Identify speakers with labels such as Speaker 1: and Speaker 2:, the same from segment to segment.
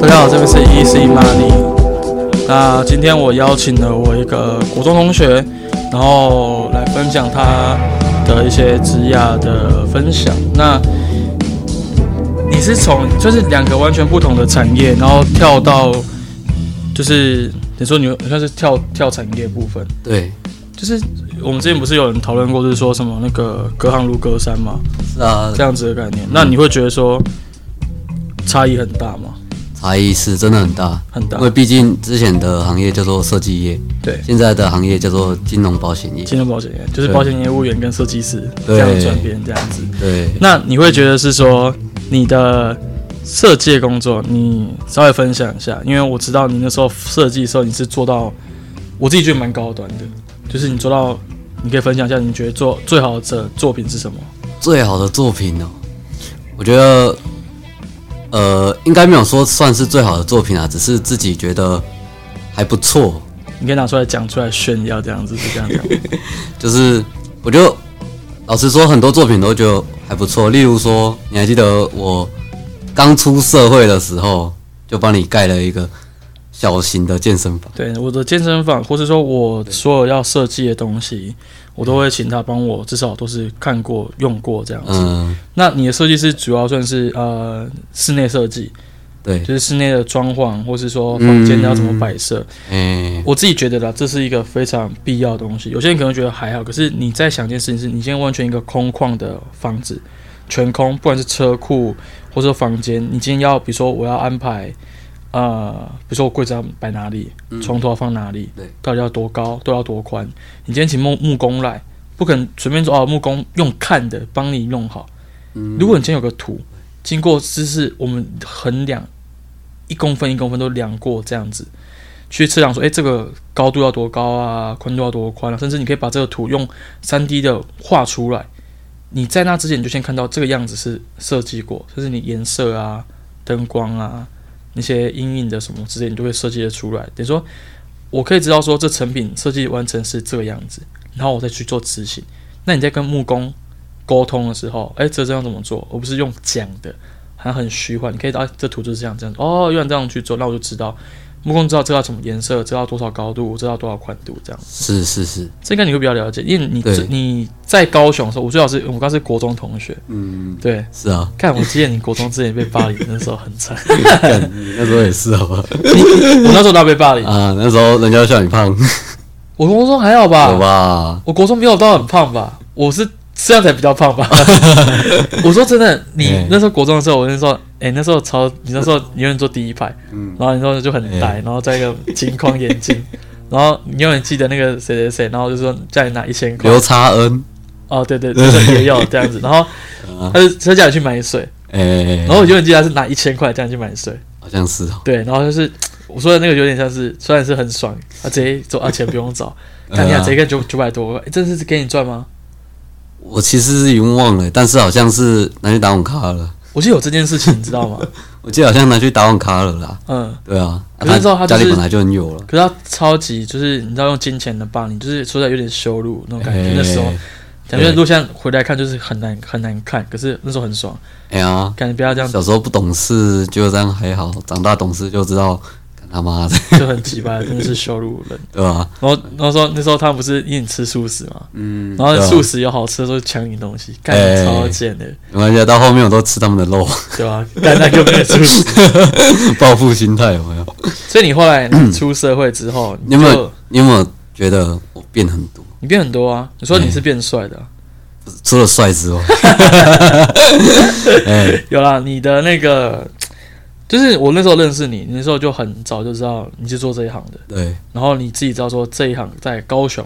Speaker 1: 大家好，这边是 EC Money。那今天我邀请了我一个国中同学，然后来分享他的一些职涯的分享。那你是从就是两个完全不同的产业，然后跳到就是你说你好像是跳跳产业部分，
Speaker 2: 对，
Speaker 1: 就是我们之前不是有人讨论过，就是说什么那个隔行如隔山嘛，
Speaker 2: 是啊，
Speaker 1: 这样子的概念。那你会觉得说差异很大吗？
Speaker 2: 差异是真的很大，
Speaker 1: 很大
Speaker 2: 因为毕竟之前的行业叫做设计业，
Speaker 1: 对
Speaker 2: 现在的行业叫做金融保险业，
Speaker 1: 金融保险员，就是
Speaker 2: 对
Speaker 1: 保险业务员跟设计师这
Speaker 2: 对
Speaker 1: 样转变这样子。
Speaker 2: 对，
Speaker 1: 那你会觉得是说你的设计的工作，你稍微分享一下，因为我知道你那时候设计的时候你是做到，我自己觉得蛮高端的，就是你做到，你可以分享一下你觉得做最好的作品是什么？
Speaker 2: 最好的作品哦，我觉得，呃，应该没有说算是最好的作品啊，只是自己觉得还不错，
Speaker 1: 你可以拿出来讲出来炫耀这样子，是这样 讲。
Speaker 2: 就是我觉得，老实说，很多作品都觉得还不错，例如说，你还记得我刚出社会的时候，就帮你盖了一个小型的健身房，
Speaker 1: 对我的健身房，或是说我所有要设计的东西，我都会请他帮我，至少都是看过、用过这样子。
Speaker 2: 嗯，
Speaker 1: 那你的设计师主要算是呃室内设计，
Speaker 2: 对
Speaker 1: 就，是室内的装潢，或是说房间要怎么摆设。
Speaker 2: 哎、
Speaker 1: 我自己觉得啦，这是一个非常必要的东西。有些人可能觉得还好，可是你在想一件事情是，你现在完全一个空旷的房子，全空，不管是车库或者房间，你今天要比如说我要安排，呃，比如说我柜子要摆哪里，床头要放哪里，
Speaker 2: 对
Speaker 1: 到底要多高，都要多宽。你今天请木木工来，不可能随便说哦，木工用看的帮你弄好。如果你今天有个图，经过知识我们衡量一公分一公分都量过这样子，去测量说，哎、这个高度要多高啊，宽度要多宽啊，甚至你可以把这个图用三 D 的画出来。你在那之前你就先看到这个样子是设计过，就是你颜色啊、灯光啊、那些阴影的什么之类，你就会设计的出来。等于说，我可以知道说这成品设计完成是这个样子，然后我再去做执行。那你在跟木工沟通的时候，哎、这这样怎么做？我不是用讲的，还很虚幻。你可以啊，这图就是这样这样。哦，原来这样去做，那我就知道木工知道这要什么颜色，知道多少高度，知道多少宽度，这样。
Speaker 2: 是是是，
Speaker 1: 这应该你会比较了解，因为你
Speaker 2: 对
Speaker 1: 你在高雄的时候，我最好是我刚是国中同学，
Speaker 2: 嗯，
Speaker 1: 对。
Speaker 2: 是啊，
Speaker 1: 看，我记得你国中之前被霸 凌，那时候很惨。
Speaker 2: 干你
Speaker 1: 嗯
Speaker 2: 那时候也是好吧？
Speaker 1: 我那时候都要被霸凌，
Speaker 2: 啊，那时候人家笑你胖，
Speaker 1: 我国中还好吧？
Speaker 2: 好吧？
Speaker 1: 我国中没有到很胖吧，我是这样才比较胖 吧。我说真的，你
Speaker 2: 哎
Speaker 1: 那时候国中的时候，我那时候，哎、那时候超，你那时候你永远坐第一排，
Speaker 2: 嗯
Speaker 1: 然后你那时候就很
Speaker 2: 哎
Speaker 1: 呆，然后戴一个金框眼 镜，然后你永远记得那个谁谁谁，然后就说叫你拿一千块
Speaker 2: 刘，差恩，
Speaker 1: 哦，对对，就是也有这样 子，然后他就他叫你去买水，
Speaker 2: 啊哎、
Speaker 1: 然后我永远记得他是拿一千块叫你去买水，
Speaker 2: 好像是哦，
Speaker 1: 对，然后就是我说的那个有点像是，虽然是很爽，啊，直接走，啊，钱不用找， 看
Speaker 2: 啊
Speaker 1: 你看直接跟九九百多，哎，这是给你赚吗？
Speaker 2: 我其实是已经忘了，但是好像是拿去打网咖了，
Speaker 1: 我记得有这件事情，你知道吗？
Speaker 2: 我记得好像拿去打网咖了啦。
Speaker 1: 嗯，
Speaker 2: 对啊，啊
Speaker 1: 可是那时候他就
Speaker 2: 家
Speaker 1: 是
Speaker 2: 里本来就很有了，
Speaker 1: 可是他超级就是你知道用金钱的霸凌，就是说起来有点羞辱那种感觉。
Speaker 2: 哎
Speaker 1: 那时候感觉
Speaker 2: 对
Speaker 1: 如果现在回来看，就是很难很难看，可是那时候很爽，
Speaker 2: 哎呀，
Speaker 1: 感觉不要这样
Speaker 2: 小时候不懂事就这样还好，长大懂事就知道，干他妈的，
Speaker 1: 就很奇葩，真的是羞辱人。
Speaker 2: 对吧？
Speaker 1: 然后然后说那时候他不是因为你吃素食嘛，
Speaker 2: 嗯，
Speaker 1: 然后
Speaker 2: 对啊
Speaker 1: 素食有好吃的时候就抢你东西，干
Speaker 2: 哎
Speaker 1: 超贱的，
Speaker 2: 没关系啊，到后面我都吃他们的肉，
Speaker 1: 对吧？干那个没有素食。
Speaker 2: 报复心态有没有？
Speaker 1: 所以你后来出社会之后，
Speaker 2: 你
Speaker 1: 你
Speaker 2: 有没
Speaker 1: 就
Speaker 2: 有？你有没有觉得我变很多？
Speaker 1: 你变很多啊？你说你是变帅的啊，
Speaker 2: 除了 帅之外，哎、
Speaker 1: 有啦，你的那个就是我那时候认识你，你那时候就很早就知道你是做这一行的，
Speaker 2: 对，
Speaker 1: 然后你自己知道说这一行在高雄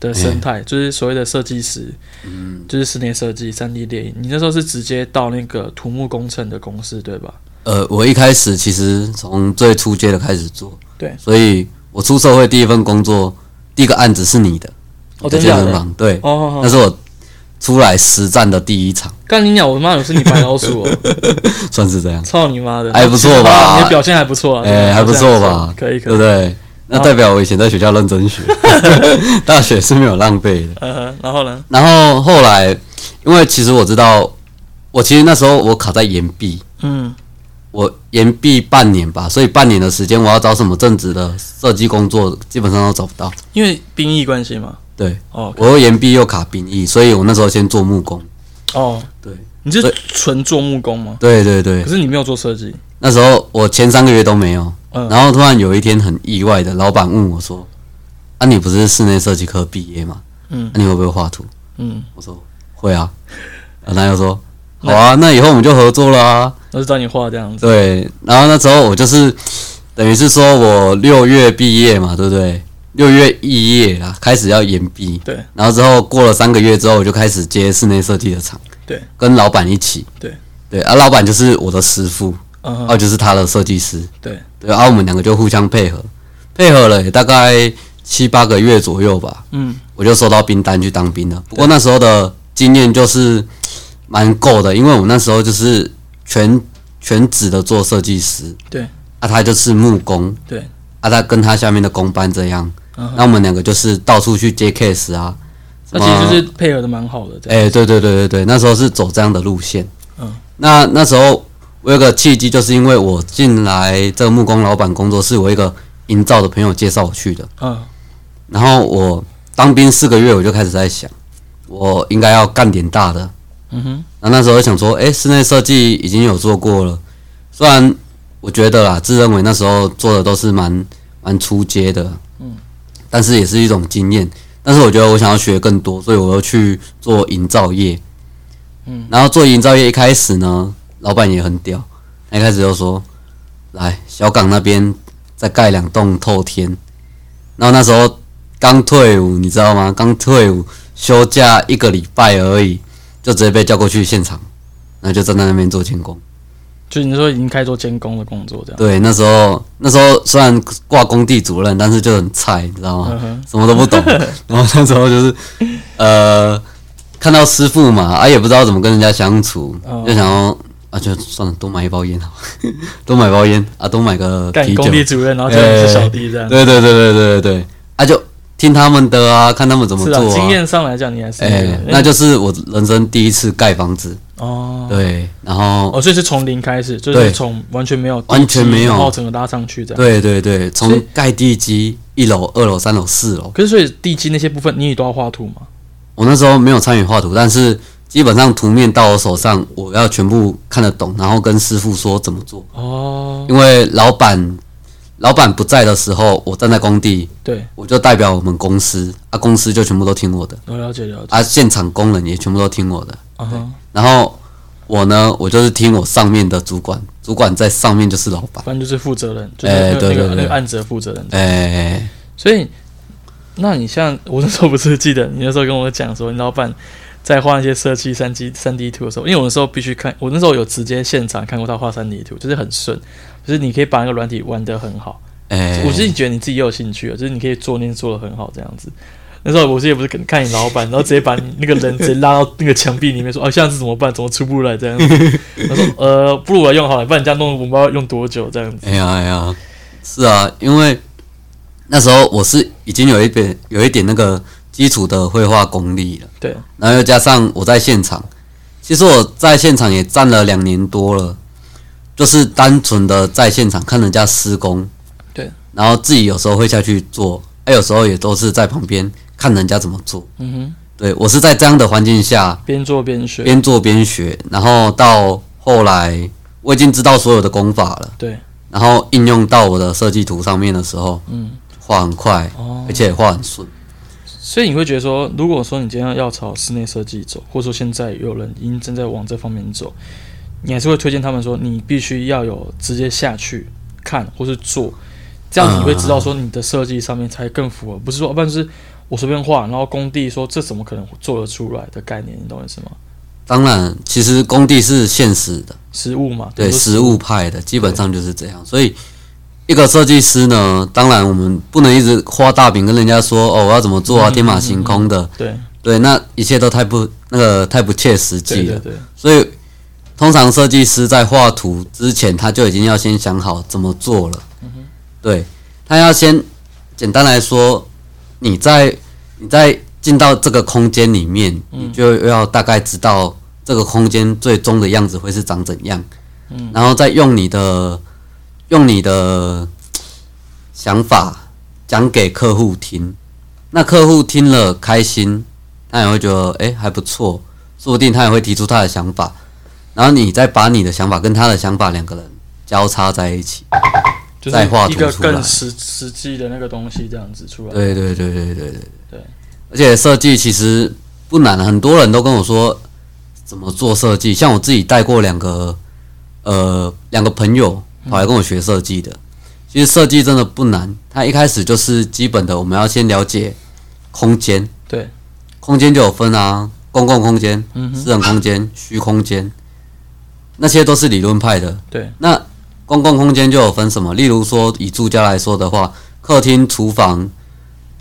Speaker 1: 的生态，就是所谓的设计师，
Speaker 2: 嗯，
Speaker 1: 就是室内设计、三 D 电影。你那时候是直接到那个土木工程的公司对吧？
Speaker 2: 呃，我一开始其实从最初阶的开始做，
Speaker 1: 对
Speaker 2: 所以我出社会第一份工作，第一个案子是你的，
Speaker 1: 哦，
Speaker 2: 你的
Speaker 1: 真的假
Speaker 2: 健身
Speaker 1: 的？
Speaker 2: 房，对，
Speaker 1: 哦哦，哦
Speaker 2: 那是我出来实战的第一场，
Speaker 1: 干你鸟！我妈，我是你白老鼠哦！
Speaker 2: 算是这样，
Speaker 1: 操你妈的，
Speaker 2: 还不错
Speaker 1: 哇
Speaker 2: 吧
Speaker 1: 你的表现还不错啊，
Speaker 2: 哎、
Speaker 1: 对
Speaker 2: 还不错
Speaker 1: 这样
Speaker 2: 吧
Speaker 1: 子？可以哦可
Speaker 2: 对不
Speaker 1: 以。
Speaker 2: 对？那代表我以前在学校 认真学，大学是没有浪费的。
Speaker 1: 嗯哼，然后呢？
Speaker 2: 然后后来，因为其实我知道，我其实那时候我卡在岩壁，
Speaker 1: 嗯，
Speaker 2: 我延毕半年吧，所以半年的时间我要找什么正职的设计工作，基本上都找不到。
Speaker 1: 因为兵役关系嘛。
Speaker 2: 对，
Speaker 1: 哦
Speaker 2: 我又延毕又卡兵役，所以我那时候先做木工。
Speaker 1: 哦，
Speaker 2: 对，
Speaker 1: 你是
Speaker 2: 对
Speaker 1: 纯做木工吗？
Speaker 2: 对对对
Speaker 1: 可，是你没有做设计。
Speaker 2: 那时候我前三个月都没有，
Speaker 1: 嗯
Speaker 2: 然后突然有一天很意外的，老板问我说：“啊，你不是室内设计科毕业吗？
Speaker 1: 嗯
Speaker 2: 那、你会不会画图
Speaker 1: 嗯，？”
Speaker 2: 我说：“会啊。”然后他又说：“好啊，那以后我们就合作了啊。”
Speaker 1: 那就找你画这样子。
Speaker 2: 对，然后那时候我就是等于是说我六月毕业嘛，对不对？六月肄业啦，开始要延毕。
Speaker 1: 对，
Speaker 2: 然后之后过了三个月之后，我就开始接室内设计的厂，
Speaker 1: 对，
Speaker 2: 跟老板一起。
Speaker 1: 对，
Speaker 2: 对，啊，老板就是我的师傅，
Speaker 1: 嗯
Speaker 2: 然后就是他的设计师。
Speaker 1: 对，
Speaker 2: 对，啊然后我们两个就互相配合，配合了也大概七八个月左右吧，
Speaker 1: 嗯
Speaker 2: 我就收到兵单去当兵了。不过那时候的经验就是蛮够的，因为我那时候就是全全职的做设计师，
Speaker 1: 对，
Speaker 2: 啊，他就是木工，
Speaker 1: 对，
Speaker 2: 啊，他跟他下面的工班这样，
Speaker 1: 嗯哼
Speaker 2: 那我们两个就是到处去接 case 啊，
Speaker 1: 那其实就是配合的蛮好的。这样
Speaker 2: 哎、对对对对对，那时候是走这样的路线。
Speaker 1: 嗯，
Speaker 2: 那那时候我有个契机，就是因为我进来这个木工老板工作室，我一个营造的朋友介绍我去的。
Speaker 1: 嗯
Speaker 2: 然后我当兵四个月，我就开始在想，我应该要干点大的。
Speaker 1: 嗯哼，
Speaker 2: 然后那时候想说，哎、室内设计已经有做过了，虽然我觉得啦，自认为那时候做的都是蛮蛮出街的，
Speaker 1: 嗯
Speaker 2: 嗯，但是也是一种经验。但是我觉得我想要学更多，所以我又去做营造业。
Speaker 1: 嗯
Speaker 2: 嗯，然后做营造业一开始呢，老板也很屌，他一开始就说，来小港那边再盖两栋透天。然后那时候刚退伍，你知道吗？刚退伍休假一个礼拜而已，就直接被叫过去现场，然后就站在那边做监工。
Speaker 1: 就是你说已经开始做监工的工作这样。
Speaker 2: 对，那时候那时候虽然挂工地主任，但是就很菜，你知道吗？
Speaker 1: 嗯哼，
Speaker 2: 什么 都不懂。然后那时候就是呃，看到师傅嘛，啊也不知道怎么跟人家相处，
Speaker 1: 哦
Speaker 2: 就想要啊就算了，多买一包烟好 了，多买包烟啊，多买个
Speaker 1: 干
Speaker 2: 啤酒哎
Speaker 1: 工。地主任，然后叫你是小弟这样。
Speaker 2: 对对对对对对对，啊就听他们的啊，看他们怎么
Speaker 1: 是
Speaker 2: 做
Speaker 1: 啊，
Speaker 2: 啊。
Speaker 1: 经验嗯上来讲，你还是
Speaker 2: 哎、
Speaker 1: 个
Speaker 2: 那就是我人生第一次盖房子，
Speaker 1: 哦，
Speaker 2: 对，然后、
Speaker 1: 哦，所以是从零开始，就
Speaker 2: 对
Speaker 1: 是从完全没有地基，
Speaker 2: 完全没有
Speaker 1: 然后整个拉上去这样。
Speaker 2: 对对对，
Speaker 1: 所
Speaker 2: 从
Speaker 1: 以
Speaker 2: 盖地基一楼、二楼、三楼、四楼，
Speaker 1: 可是所以地基那些部分，你也都要画图嘛？
Speaker 2: 我那时候没有参与画图，但是基本上图面到我手上，我要全部看得懂，然后跟师傅说怎么做，
Speaker 1: 哦，
Speaker 2: 因为老板老板不在的时候，我站在工地，
Speaker 1: 对，
Speaker 2: 我就代表我们公司，啊公司就全部都听我的，
Speaker 1: 我了解了解。
Speaker 2: 啊现场工人也全部都听我的，
Speaker 1: 啊哈，
Speaker 2: 然后我呢，我就是听我上面的主管，主管在上面就是老板。
Speaker 1: 反正就是负责人，就是
Speaker 2: 哎
Speaker 1: 那个
Speaker 2: 对
Speaker 1: 那
Speaker 2: 对
Speaker 1: 个那
Speaker 2: 对
Speaker 1: 个案子的负责人。
Speaker 2: 哎、
Speaker 1: 所以，那你像我那时候不是记得你那时候跟我讲说，你老板在画那些设计三 D 三 D 图的时候，因为我那时候必须看，我那时候有直接现场看过他画三 D 图，就是很顺，就是你可以把那个软体玩得很好。
Speaker 2: 哎、
Speaker 1: 我自己觉得你自己也有兴趣了，就是你可以做那做的很好这样子。那时候我是也不是跟看你老板，然后直接把你那个人直接拉到那个墙壁里面说：“啊，下次怎么办？怎么出不来？”这样子。他说：“呃，不如我来用好了，不然这样弄我们不知道用多久这样子。
Speaker 2: 哎呀哎呀，是啊，因为那时候我是已经有一点有一点那个基础的绘画功力了，”
Speaker 1: 对，
Speaker 2: 然后又加上我在现场，其实我在现场也站了两年多了，就是单纯的在现场看人家施工，
Speaker 1: 对，
Speaker 2: 然后自己有时候会下去做，哎、有时候也都是在旁边看人家怎么做。
Speaker 1: 嗯哼，
Speaker 2: 对我是在这样的环境下
Speaker 1: 边做边学。
Speaker 2: 边做边学，然后到后来我已经知道所有的功法了。
Speaker 1: 对，
Speaker 2: 然后应用到我的设计图上面的时候，
Speaker 1: 嗯，
Speaker 2: 画很快，
Speaker 1: 哦
Speaker 2: 而且画很顺。
Speaker 1: 所以你会觉得说，如果说你今天要朝室内设计走，或者说现在有人已经正在往这方面走，你还是会推荐他们说，你必须要有直接下去看或是做，这样你会
Speaker 2: 嗯
Speaker 1: 知道说你的设计上面才更符合，不是说，不然就是我随便画，然后工地说这怎么可能做得出来的概念，你懂我意思吗？
Speaker 2: 当然，其实工地是现实的，
Speaker 1: 实物嘛，
Speaker 2: 对
Speaker 1: 就是
Speaker 2: 实物派的，基本上就是这样。所以，一个设计师呢，当然我们不能一直画大饼跟人家说哦，我要怎么做啊，
Speaker 1: 嗯
Speaker 2: 天马行空的，
Speaker 1: 对
Speaker 2: 对，那一切都太不那个太不切实际
Speaker 1: 对
Speaker 2: 了。
Speaker 1: 对对，
Speaker 2: 所以，通常设计师在画图之前，他就已经要先想好怎么做了。对，他要先简单来说，你在你在进到这个空间里面，你就要大概知道这个空间最终的样子会是长怎样。
Speaker 1: 嗯
Speaker 2: 然后再用你的用你的想法讲给客户听，那客户听了开心，他也会觉得诶还不错，说不定他也会提出他的想法，然后你再把你的想法跟他的想法两个人交叉在一起，
Speaker 1: 就是
Speaker 2: 再画图
Speaker 1: 一个
Speaker 2: 出来
Speaker 1: 更实实际的那个东西这样子出来。
Speaker 2: 对对对对对对
Speaker 1: 对。
Speaker 2: 而且设计其实不难，很多人都跟我说怎么做设计。像我自己带过两个呃两个朋友跑来跟我学设计的，其实设计真的不难。它一开始就是基本的，我们要先了解空间。
Speaker 1: 对，
Speaker 2: 空间就有分啊，公共空间、
Speaker 1: 嗯哼，
Speaker 2: 私人空间、虚空间，那些都是理论派的。
Speaker 1: 对，
Speaker 2: 那公共空间就有分什么？例如说，以住家来说的话，客厅、厨房、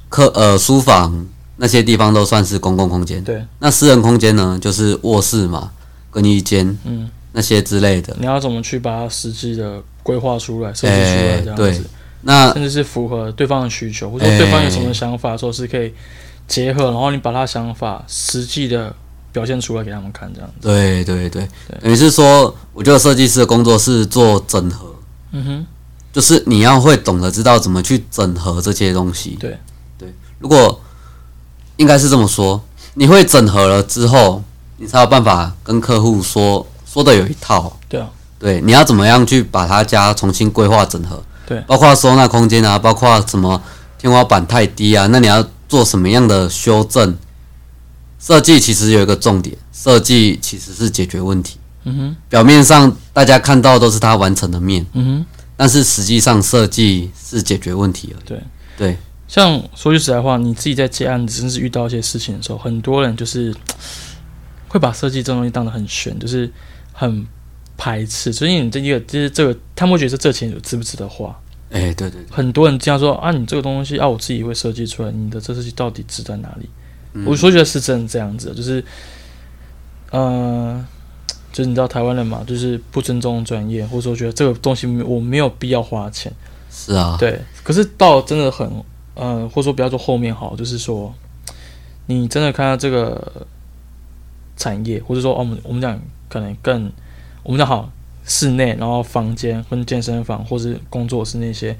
Speaker 2: 客呃书房那些地方都算是公共空间。
Speaker 1: 对，
Speaker 2: 那私人空间呢，就是卧室嘛、更衣间
Speaker 1: 嗯，
Speaker 2: 那些之类的。
Speaker 1: 你要怎么去把它实际的规划出来、设计出来
Speaker 2: 哎
Speaker 1: 这样子，
Speaker 2: 对那
Speaker 1: 甚至是符合对方的需求，或者说
Speaker 2: 哎
Speaker 1: 对方有什么想法，说是可以结合，然后你把他想法实际的表现出来给他们看，这样子。
Speaker 2: 对对对
Speaker 1: 对，
Speaker 2: 等于是说，我觉得设计师的工作是做整合，
Speaker 1: 嗯哼，
Speaker 2: 就是你要会懂得知道怎么去整合这些东西。
Speaker 1: 对
Speaker 2: 对，如果应该是这么说，你会整合了之后，你才有办法跟客户说说的有一套。
Speaker 1: 对啊，
Speaker 2: 对，你要怎么样去把他家重新规划整合？
Speaker 1: 对
Speaker 2: 包括收纳空间啊，包括什么天花板太低啊，那你要做什么样的修正？设计其实有一个重点，设计其实是解决问题。
Speaker 1: 嗯哼，
Speaker 2: 表面上大家看到都是它完成的面，
Speaker 1: 嗯哼。
Speaker 2: 但是实际上设计是解决问题而已。
Speaker 1: 对
Speaker 2: 对
Speaker 1: 像说句实在话，你自己在接案子，甚至遇到一些事情的时候，很多人就是会把设计这种东西当得很玄，就是很排斥。所以你这一个就是这个，他们会觉得这钱值不值得花？
Speaker 2: 哎、对对对，
Speaker 1: 很多人这样说啊，你这个东西啊，我自己会设计出来，你的这设计到底值在哪里？
Speaker 2: 嗯
Speaker 1: 我说觉得是真的这样子，就是，呃，就是你知道台湾人嘛，就是不尊重专业，或者说觉得这个东西没我没有必要花钱。
Speaker 2: 是啊，
Speaker 1: 对，可是到真的很，呃，或者说不要说后面好，就是说，你真的看到这个产业，或者说、哦、我们我们讲可能更，我们讲好室内，然后房间跟健身房或是工作室那些，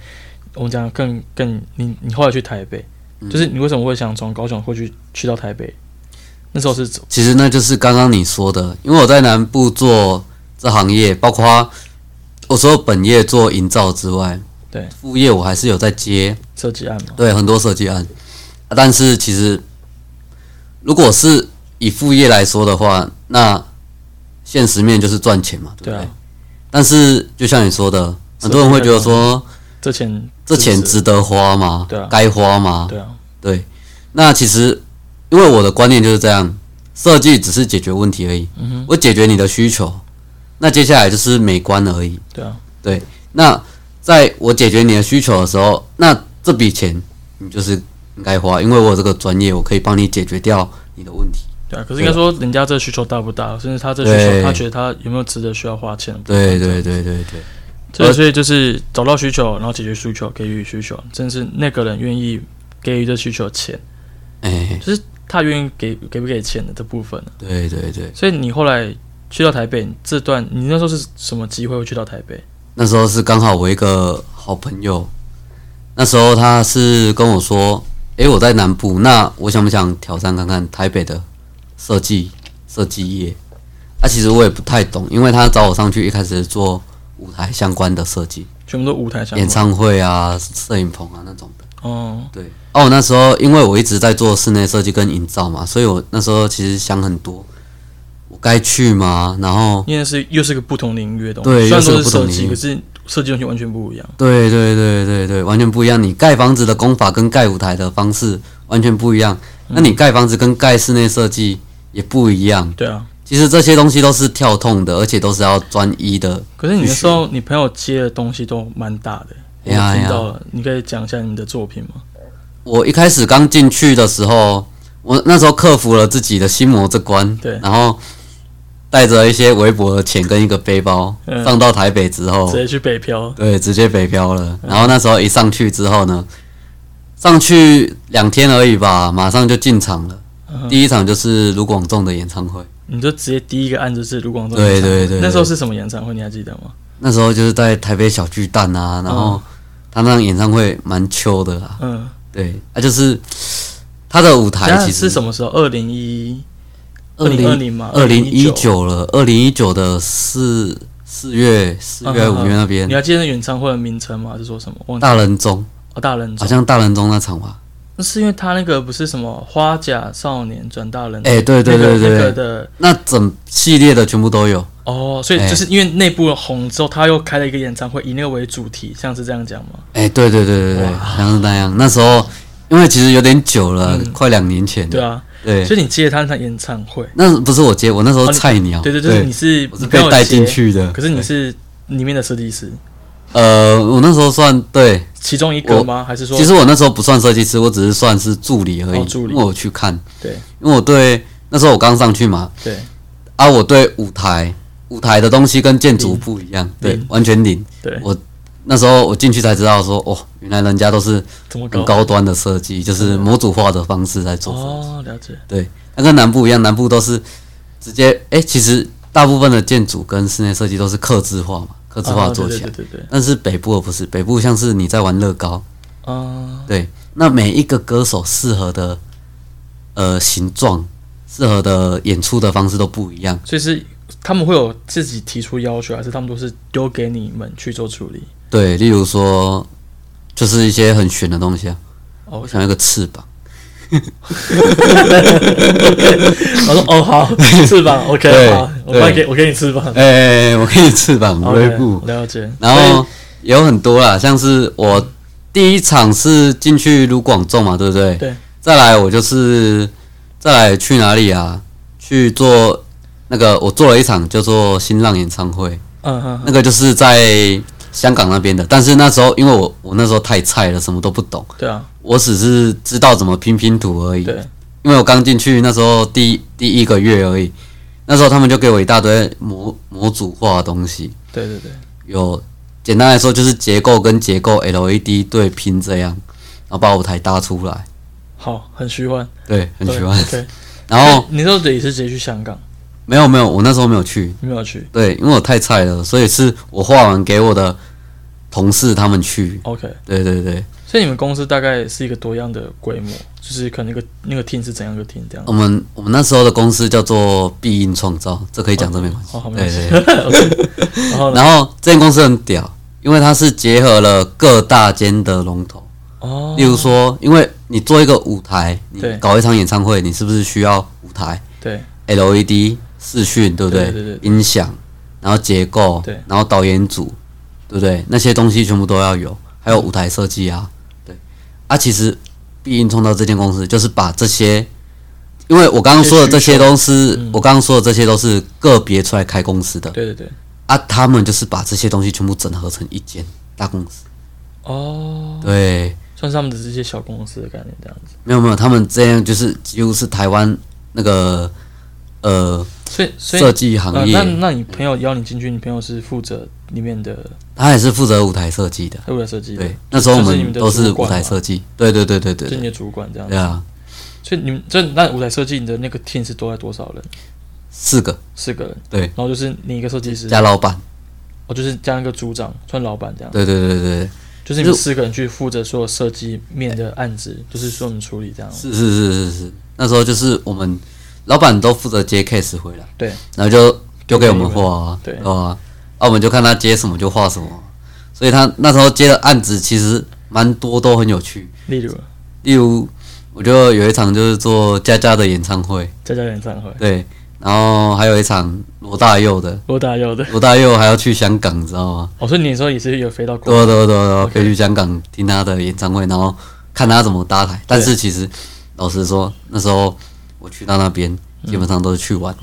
Speaker 1: 我们讲更更，你你后来去台北，
Speaker 2: 嗯
Speaker 1: 就是你为什么会想从高雄会去去到台北？那时候是
Speaker 2: 其实那就是刚刚你说的，因为我在南部做这行业，包括我除了本业做营造之外，
Speaker 1: 对
Speaker 2: 副业我还是有在接，
Speaker 1: 设计案嘛？
Speaker 2: 对很多设计案。啊但是其实如果是以副业来说的话，那现实面就是赚钱嘛，对不
Speaker 1: 对
Speaker 2: 对？
Speaker 1: 啊，
Speaker 2: 但是就像你说的，很多人会觉得说
Speaker 1: 这钱
Speaker 2: 这钱
Speaker 1: 值
Speaker 2: 值得花吗？
Speaker 1: 对啊
Speaker 2: 该花吗
Speaker 1: 不值？对啊，
Speaker 2: 对，那其实因为我的观念就是这样，设计只是解决问题而已。
Speaker 1: 嗯哼，
Speaker 2: 我解决你的需求，那接下来就是美观而已。
Speaker 1: 对啊，
Speaker 2: 那在我解决你的需求的时候，那这笔钱你就是应该花，因为我有这个专业，我可以帮你解决掉你的问题。
Speaker 1: 对啊，可是应该说人家这需求大不大，甚至他这需求，
Speaker 2: 对
Speaker 1: 他觉得他有没有值得需要花钱？
Speaker 2: 对对对对对，
Speaker 1: 对，所以就是找到需求，然后解决需求，给予需求，真是那个人愿意给予这需求钱，
Speaker 2: 哎、
Speaker 1: 就是他愿意给给不给钱的这部分。
Speaker 2: 对对对，
Speaker 1: 所以你后来去到台北这段，你那时候是什么机会会去到台北？
Speaker 2: 那时候是刚好我一个好朋友，那时候他是跟我说，诶、我在南部，那我想不想挑战看看台北的设计设计业？啊，其实我也不太懂，因为他找我上去一开始是做舞台相关的设计，
Speaker 1: 全部都舞台相
Speaker 2: 演
Speaker 1: 关。
Speaker 2: 唱会啊、摄影棚啊那种的。
Speaker 1: 哦，
Speaker 2: 对，哦、我那时候因为我一直在做室内设计跟营造嘛，所以我那时候其实想很多，我该去吗？然后
Speaker 1: 因为是又是个不同领域的东西，
Speaker 2: 对
Speaker 1: 虽然
Speaker 2: 又是
Speaker 1: 说
Speaker 2: 个
Speaker 1: 是
Speaker 2: 不同
Speaker 1: 设计，
Speaker 2: 领域
Speaker 1: 可是设计东西完全不一样。
Speaker 2: 对对对对对，完全不一样。你盖房子的工法跟盖舞台的方式完全不一样。那你盖房子跟盖室内设计也不一样。
Speaker 1: 对啊，
Speaker 2: 其实这些东西都是跳痛的，而且都是要专一的。
Speaker 1: 可是你那时候你朋友接的东西都蛮大的，我
Speaker 2: 哎呀
Speaker 1: 听
Speaker 2: 哎呀
Speaker 1: 到了，你可以讲一下你的作品吗？
Speaker 2: 我一开始刚进去的时候，我那时候克服了自己的心魔这关，
Speaker 1: 对
Speaker 2: 然后带着一些微薄的钱跟一个背包，
Speaker 1: 嗯
Speaker 2: 上到台北之后
Speaker 1: 直，接去北漂，
Speaker 2: 对，直接北漂了。然后那时候一上去之后呢，上去两天而已吧，马上就进场了。
Speaker 1: 嗯哼
Speaker 2: 第一场就是卢广仲的演唱会，
Speaker 1: 你就直接第一个按就是卢广仲
Speaker 2: 对
Speaker 1: 演唱会
Speaker 2: 对对对
Speaker 1: 那时候是什么演唱会？你还记得吗？
Speaker 2: 那时候就是在台北小巨蛋啊，然后他那场演唱会蛮秋的啦，
Speaker 1: 嗯，
Speaker 2: 对，啊就是他的舞台
Speaker 1: 那
Speaker 2: 其
Speaker 1: 是
Speaker 2: 实
Speaker 1: 什么时候？二零一2020嘛
Speaker 2: 二零一
Speaker 1: 2019
Speaker 2: 九了，二零一九的四四月四月五月那边
Speaker 1: 嗯你还记得那演唱会的名称吗？是说什么？忘记了
Speaker 2: 大人中，
Speaker 1: 哦，大人
Speaker 2: 好
Speaker 1: 中，
Speaker 2: 像大人中那场吧，
Speaker 1: 那是因为他那个不是什么花甲少年转大人，
Speaker 2: 哎对
Speaker 1: 那
Speaker 2: 对对
Speaker 1: 个那个
Speaker 2: 对对，
Speaker 1: 的
Speaker 2: 那整系列的全部都有，
Speaker 1: 哦，所以
Speaker 2: 哎
Speaker 1: 就是因为内部红之后，他又开了一个演唱会，以那个为主题，像是这样讲吗？
Speaker 2: 哎对对对对对，好像是那样，那时候因为其实有点久了，快两年前
Speaker 1: 嗯对
Speaker 2: 了，
Speaker 1: 啊，
Speaker 2: 对，
Speaker 1: 所以你接了他那场演唱会，
Speaker 2: 那不是我接，我那时候
Speaker 1: 哦你
Speaker 2: 菜鸟，
Speaker 1: 对对，就是你是
Speaker 2: 我
Speaker 1: 你
Speaker 2: 是
Speaker 1: 没
Speaker 2: 被
Speaker 1: 有
Speaker 2: 带
Speaker 1: 接
Speaker 2: 进，去 的，
Speaker 1: 可是你是里面的设计师，
Speaker 2: 呃，我那时候算对，
Speaker 1: 其中一个
Speaker 2: 我
Speaker 1: 吗？还是说
Speaker 2: 其实我那时候不算设计师，我只是算是助理而已。
Speaker 1: 哦助理
Speaker 2: 因为我去看，
Speaker 1: 对
Speaker 2: 因为我对那时候我刚上去嘛，
Speaker 1: 对
Speaker 2: 啊，我对舞台舞台的东西跟建筑不一样，对
Speaker 1: 零，
Speaker 2: 完全零。
Speaker 1: 嗯对
Speaker 2: 我那时候我进去才知道说，哦，原来人家都是
Speaker 1: 怎么
Speaker 2: 很
Speaker 1: 搞？
Speaker 2: 高端的设计，就是模组化的方式在做设计。
Speaker 1: 嗯哦，了解，
Speaker 2: 对，那跟南部一样，南部都是直接，哎、其实大部分的建筑跟室内设计都是刻字化嘛，刻字化
Speaker 1: 哦
Speaker 2: 做
Speaker 1: 对
Speaker 2: 起来。
Speaker 1: 对对对对，
Speaker 2: 但是北部的不是，北部像是你在玩乐高，
Speaker 1: 啊，
Speaker 2: 对，那每一个歌手适合的呃形状、适合的演出的方式都不一样。
Speaker 1: 所以是他们会有自己提出要求，还是他们都是丢给你们去做处理？
Speaker 2: 对，例如说，就是一些很玄的东西啊。
Speaker 1: 哦
Speaker 2: 我想要一个翅膀，
Speaker 1: 我说哦 好，翅膀 OK
Speaker 2: 对
Speaker 1: 好，我
Speaker 2: 对
Speaker 1: 帮你给我给你翅膀。
Speaker 2: 哎、 我给你翅膀，我会
Speaker 1: OK，
Speaker 2: 不？
Speaker 1: 了解。
Speaker 2: 然后也有很多啦，像是我第一场是进去卢广仲嘛，对不对？
Speaker 1: 对。
Speaker 2: 再来我就是再来去哪里啊？去做那个我做了一场叫做新浪演唱会。
Speaker 1: 嗯嗯嗯，
Speaker 2: 那个就是在香港那边的，但是那时候因为我我那时候太菜了，什么都不懂，
Speaker 1: 对啊，
Speaker 2: 我只是知道怎么拼拼图而已。
Speaker 1: 对，
Speaker 2: 因为我刚进去那时候第第一个月而已，那时候他们就给我一大堆模模组化的东西，
Speaker 1: 对对对，
Speaker 2: 有简单来说就是结构跟结构 LED 对拼这样，然后把舞台搭出来，
Speaker 1: 好，很虚幻，
Speaker 2: 对，很哦喜欢。
Speaker 1: 对，
Speaker 2: 然后
Speaker 1: 你说也是直接去香港，
Speaker 2: 没有没有，我那时候没有去，
Speaker 1: 你没有去
Speaker 2: 对，因为我太菜了，所以是我画完给我的同事他们去，
Speaker 1: ？OK，
Speaker 2: 对对对。
Speaker 1: 所以你们公司大概是一个多样的规模，就是可能一个那个 team 是怎样一个 team 这样
Speaker 2: 我。们我们那时候的公司叫做必应创造，这可以讲，这没关系
Speaker 1: 哦，好，。没
Speaker 2: 对
Speaker 1: 关
Speaker 2: 对
Speaker 1: 系。
Speaker 2: 对。
Speaker 1: OK，然后呢？
Speaker 2: 然后这间公司很屌，因为它是结合了各大间的龙头，
Speaker 1: 哦
Speaker 2: 例，如说，因为你做一个舞台，你
Speaker 1: 对
Speaker 2: 搞一场演唱会，你是不是需要舞台、
Speaker 1: 对
Speaker 2: LED、视 E 讯，对不
Speaker 1: 对对对
Speaker 2: 音响，然后结构
Speaker 1: 对，
Speaker 2: 然后导演组，对不对？那些东西全部都要有，还有舞台设计啊，对。啊，其实必应创造这间公司就是把这些，因为我刚刚说的这些都是、
Speaker 1: 嗯
Speaker 2: 我刚刚说的这些都是个别出来开公司的
Speaker 1: 对对对，
Speaker 2: 啊，他们就是把这些东西全部整合成一间大公司。
Speaker 1: 嗯哦，
Speaker 2: 对，
Speaker 1: 算是他们的这些小公司的概念这样子。
Speaker 2: 没有没有，他们这样就是几乎是台湾那个呃
Speaker 1: 所以所以
Speaker 2: 设计行
Speaker 1: 呃
Speaker 2: 业，
Speaker 1: 那那你朋友邀你进去，你朋友是负责里面的
Speaker 2: 他也是负责舞台设计的。
Speaker 1: 舞台设计的，
Speaker 2: 对，那时候我
Speaker 1: 就是你
Speaker 2: 们
Speaker 1: 们的
Speaker 2: 都是
Speaker 1: 主
Speaker 2: 舞
Speaker 1: 管
Speaker 2: 台
Speaker 1: 嘛
Speaker 2: 设计。对对对对对
Speaker 1: 就是
Speaker 2: 对
Speaker 1: 你的主管这样
Speaker 2: 对
Speaker 1: 子。
Speaker 2: 啊，
Speaker 1: 所以你们这那舞台设计你的那个 team 是多在多少人？
Speaker 2: 四个
Speaker 1: 四个人。
Speaker 2: 对
Speaker 1: 然后就是你一个设计师，
Speaker 2: 加老板。
Speaker 1: 哦，就是加一个组长，算老板这样。
Speaker 2: 对对对对对，
Speaker 1: 就是你们
Speaker 2: 就是
Speaker 1: 四个人去负责所有设计面的案子，就是说我们处理这样。
Speaker 2: 是是是是是，那时候就是我们老板都负责接 case 回来，
Speaker 1: 对，
Speaker 2: 然后就丢给我们画啊，
Speaker 1: 对
Speaker 2: 吧？啊，我们就看他接什么就画什么，所以他那时候接的案子其实蛮多，都很有趣。
Speaker 1: 例如
Speaker 2: 例如，我就有一场就是做佳佳的演唱会，
Speaker 1: 在家演唱会，
Speaker 2: 对，然后还有一场罗大佑的，
Speaker 1: 罗大佑的。
Speaker 2: 罗大佑还要去香港，你知道吗？
Speaker 1: 哦，所以你那时候也是有飞到国
Speaker 2: 对啊
Speaker 1: 外，
Speaker 2: 对对对，可以去香港听他的演唱会，然后看他怎么搭台。但是其实老实说，那时候我去到那边，基本上都是去玩。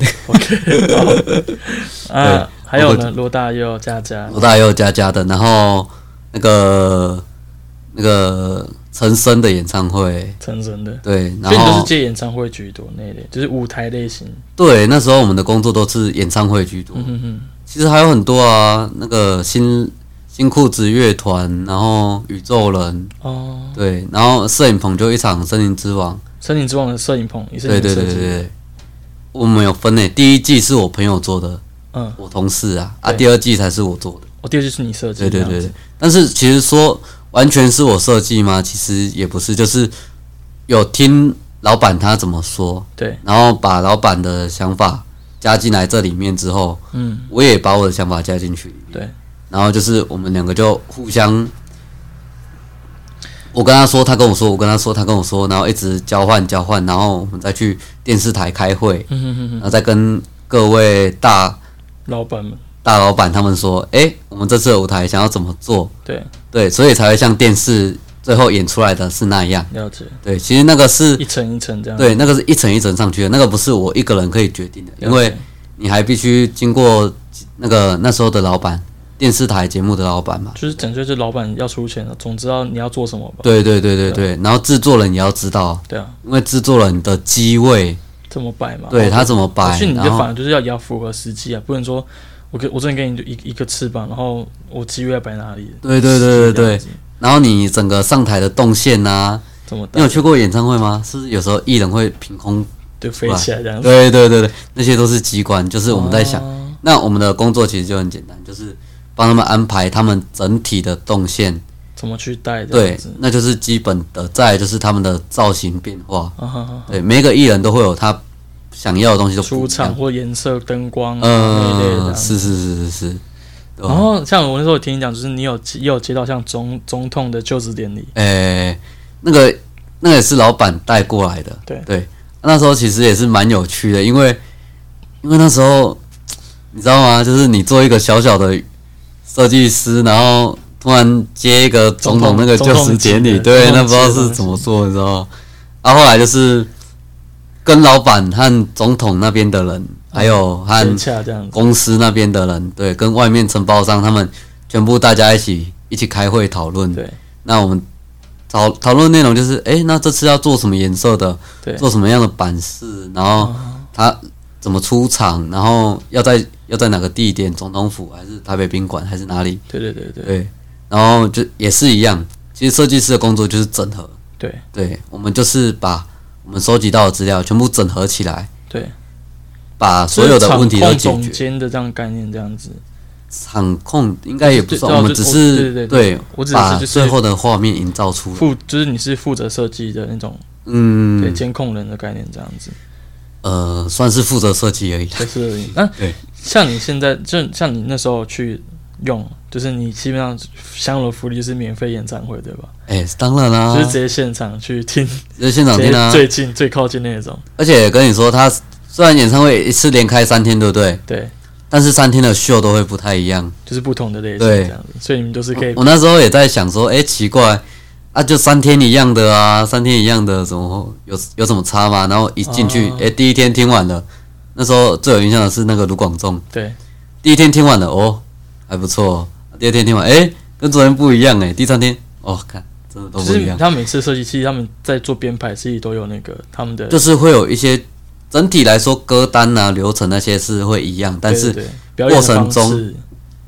Speaker 1: 啊，还有呢，罗大佑、佳佳
Speaker 2: 罗、大佑、佳佳的，然后那个那个陈升的演唱会，
Speaker 1: 陈真的，
Speaker 2: 对，
Speaker 1: 所
Speaker 2: 然
Speaker 1: 以你都是
Speaker 2: 后
Speaker 1: 接演唱会居多那一类，就是舞台类型。
Speaker 2: 对，那时候我们的工作都是演唱会居多。
Speaker 1: 嗯哼哼，
Speaker 2: 其实还有很多啊，那个新新裤子乐团，然后宇宙人，
Speaker 1: 哦，
Speaker 2: 对，然后摄影棚就一场《森林之王》。
Speaker 1: 森林之王的摄影棚也是你们
Speaker 2: 对对
Speaker 1: 设
Speaker 2: 对对
Speaker 1: 计的，
Speaker 2: 对，我们有分诶，第一季是我朋友做的，
Speaker 1: 嗯，
Speaker 2: 我同事啊，啊，
Speaker 1: 对
Speaker 2: 第二季才是我做的。
Speaker 1: 哦，第二就是你设计，
Speaker 2: 对对对对，但是其实说完全是我设计吗？其实也不是，就是有听老板他怎么说，
Speaker 1: 对，
Speaker 2: 然后把老板的想法加进来这里面之后，
Speaker 1: 嗯，
Speaker 2: 我也把我的想法加进去里面
Speaker 1: 对，
Speaker 2: 然后就是我们两个就互相，我跟他说，他跟我说，我跟他说，他跟我说，然后一直交换交换，然后我们再去电视台开会，
Speaker 1: 嗯哼哼哼，
Speaker 2: 然后再跟各位大
Speaker 1: 老板们，
Speaker 2: 大老板他们说，诶，我们这次的舞台想要怎么做？
Speaker 1: 对，
Speaker 2: 对，所以才会像电视最后演出来的是那样。
Speaker 1: 了解，
Speaker 2: 对，其实那个是
Speaker 1: 一层一层这样，
Speaker 2: 对，那个是一层一层上去的，那个不是我一个人可以决定的，
Speaker 1: 了解，
Speaker 2: 因为你还必须经过那个那时候的老板，电视台节目的老板嘛。
Speaker 1: 就是整就是老板要出钱了，总知道你要做什么吧？
Speaker 2: 对对对对对，然后制作人也要知道，
Speaker 1: 对啊，
Speaker 2: 因为制作人的机位，
Speaker 1: 这么摆嘛，
Speaker 2: 对
Speaker 1: 哦
Speaker 2: 他怎么摆
Speaker 1: 可，是你
Speaker 2: 然
Speaker 1: 就反
Speaker 2: 后
Speaker 1: 而就是要也要符合实际啊，不能说我给我真的给你就一一个翅膀，然后我机位要摆哪里？
Speaker 2: 对对对对
Speaker 1: 这样
Speaker 2: 对，
Speaker 1: 子，
Speaker 2: 然后你整个上台的动线啊呐、
Speaker 1: 这么大
Speaker 2: 你有去过演唱会吗？是不是有时候艺人会凭空？
Speaker 1: 对飞起来这样子，
Speaker 2: 对对对对，那些都是机关，就是我们在想。
Speaker 1: 哦
Speaker 2: 那我们的工作其实就很简单，就是帮他们安排他们整体的动线，
Speaker 1: 怎么去带这样
Speaker 2: 对
Speaker 1: 子，
Speaker 2: 那就是基本的。再来就是他们的造型变化，
Speaker 1: 啊哈哈，
Speaker 2: 对，每一个艺人都会有他想要的东西都不
Speaker 1: 出
Speaker 2: 一样
Speaker 1: 场。或颜色、灯光啊那一类
Speaker 2: 嗯、
Speaker 1: 的。
Speaker 2: 是哦是是是是，对
Speaker 1: 然
Speaker 2: 吧？
Speaker 1: 后像我那时候有听你讲，就是你有也有接到像总总统的就职典礼，
Speaker 2: 诶、呃那个那个也是老板带过来的，
Speaker 1: 对
Speaker 2: 对。那时候其实也是蛮有趣的，因为因为那时候你知道吗？就是你做一个小小的设计师，然后突然接一个总统
Speaker 1: 总统
Speaker 2: 那个就职典
Speaker 1: 总统
Speaker 2: 礼，
Speaker 1: 级的
Speaker 2: 对，那
Speaker 1: 总统
Speaker 2: 不
Speaker 1: 级
Speaker 2: 知
Speaker 1: 的
Speaker 2: 道是怎么做，你知道吗？啊，后来就是跟老板和总统那边的
Speaker 1: 嗯
Speaker 2: 人，还有和
Speaker 1: 接洽这样子，
Speaker 2: 公司那边的人，对，跟外面承包商他们全部大家一起一起开会讨论，
Speaker 1: 对
Speaker 2: 那我们讨讨论内容就是，诶，那这次要做什么颜色的，
Speaker 1: 对，啊
Speaker 2: 做什么样的版式，然后他怎么出场，然后要在要在哪个地点，总统府还是台北宾馆还是哪里？
Speaker 1: 对对对对
Speaker 2: 对，然后就也是一样，其实设计师的工作就是整合，
Speaker 1: 对
Speaker 2: 对我们就是把我们收集到的资料全部整合起来，
Speaker 1: 对，
Speaker 2: 把所有的问题都
Speaker 1: 就是场
Speaker 2: 解
Speaker 1: 控总
Speaker 2: 决。
Speaker 1: 监的这样概念这样子，
Speaker 2: 场控应该也不算，
Speaker 1: 对哦
Speaker 2: 我们
Speaker 1: 对
Speaker 2: 只
Speaker 1: 我
Speaker 2: 是
Speaker 1: 对对
Speaker 2: 对
Speaker 1: 我只
Speaker 2: 把
Speaker 1: 是就
Speaker 2: 最
Speaker 1: 是
Speaker 2: 后的画面营造出来。
Speaker 1: 负就是你是负责设计的那种对
Speaker 2: 嗯，
Speaker 1: 监控人的概念这 样子，
Speaker 2: 呃，算是负责设计而已。
Speaker 1: 就是那
Speaker 2: 对
Speaker 1: 像你现在就像你那时候去用，就是你基本上享有的福利就是免费演唱会对吧？
Speaker 2: 哎、当然啦、
Speaker 1: 就是直接现场去听，
Speaker 2: 就是现场
Speaker 1: 直
Speaker 2: 听
Speaker 1: 接
Speaker 2: 啊。
Speaker 1: 最近最靠近那种，
Speaker 2: 而且跟你说，他虽然演唱会一次连开三天，对不对？
Speaker 1: 对，
Speaker 2: 但是三天的秀都会不太一样。
Speaker 1: 就是不同的类型
Speaker 2: 对哦
Speaker 1: 这样子，所以你们就是可以
Speaker 2: 我那时候也在想说，哎、奇怪，啊，就三天一样的啊，三天一样的，怎么有有什么差吗？然后一进去，哎、
Speaker 1: 哦
Speaker 2: 第一天听完了，那时候最有印象的是那个卢广仲，
Speaker 1: 对
Speaker 2: 第一天听完了，哦，还不错哦、第二天听完，哎、跟昨天不一样哎、第三天，哦，看，真的都
Speaker 1: 就
Speaker 2: 不一
Speaker 1: 是
Speaker 2: 样，
Speaker 1: 他每次设计，其实他们在做编排，其实都有那个他们的，
Speaker 2: 就是会有一些整体来说歌单啊、流程那些是会一样，但
Speaker 1: 对
Speaker 2: 是
Speaker 1: 对对表演的
Speaker 2: 过程
Speaker 1: 方式
Speaker 2: 中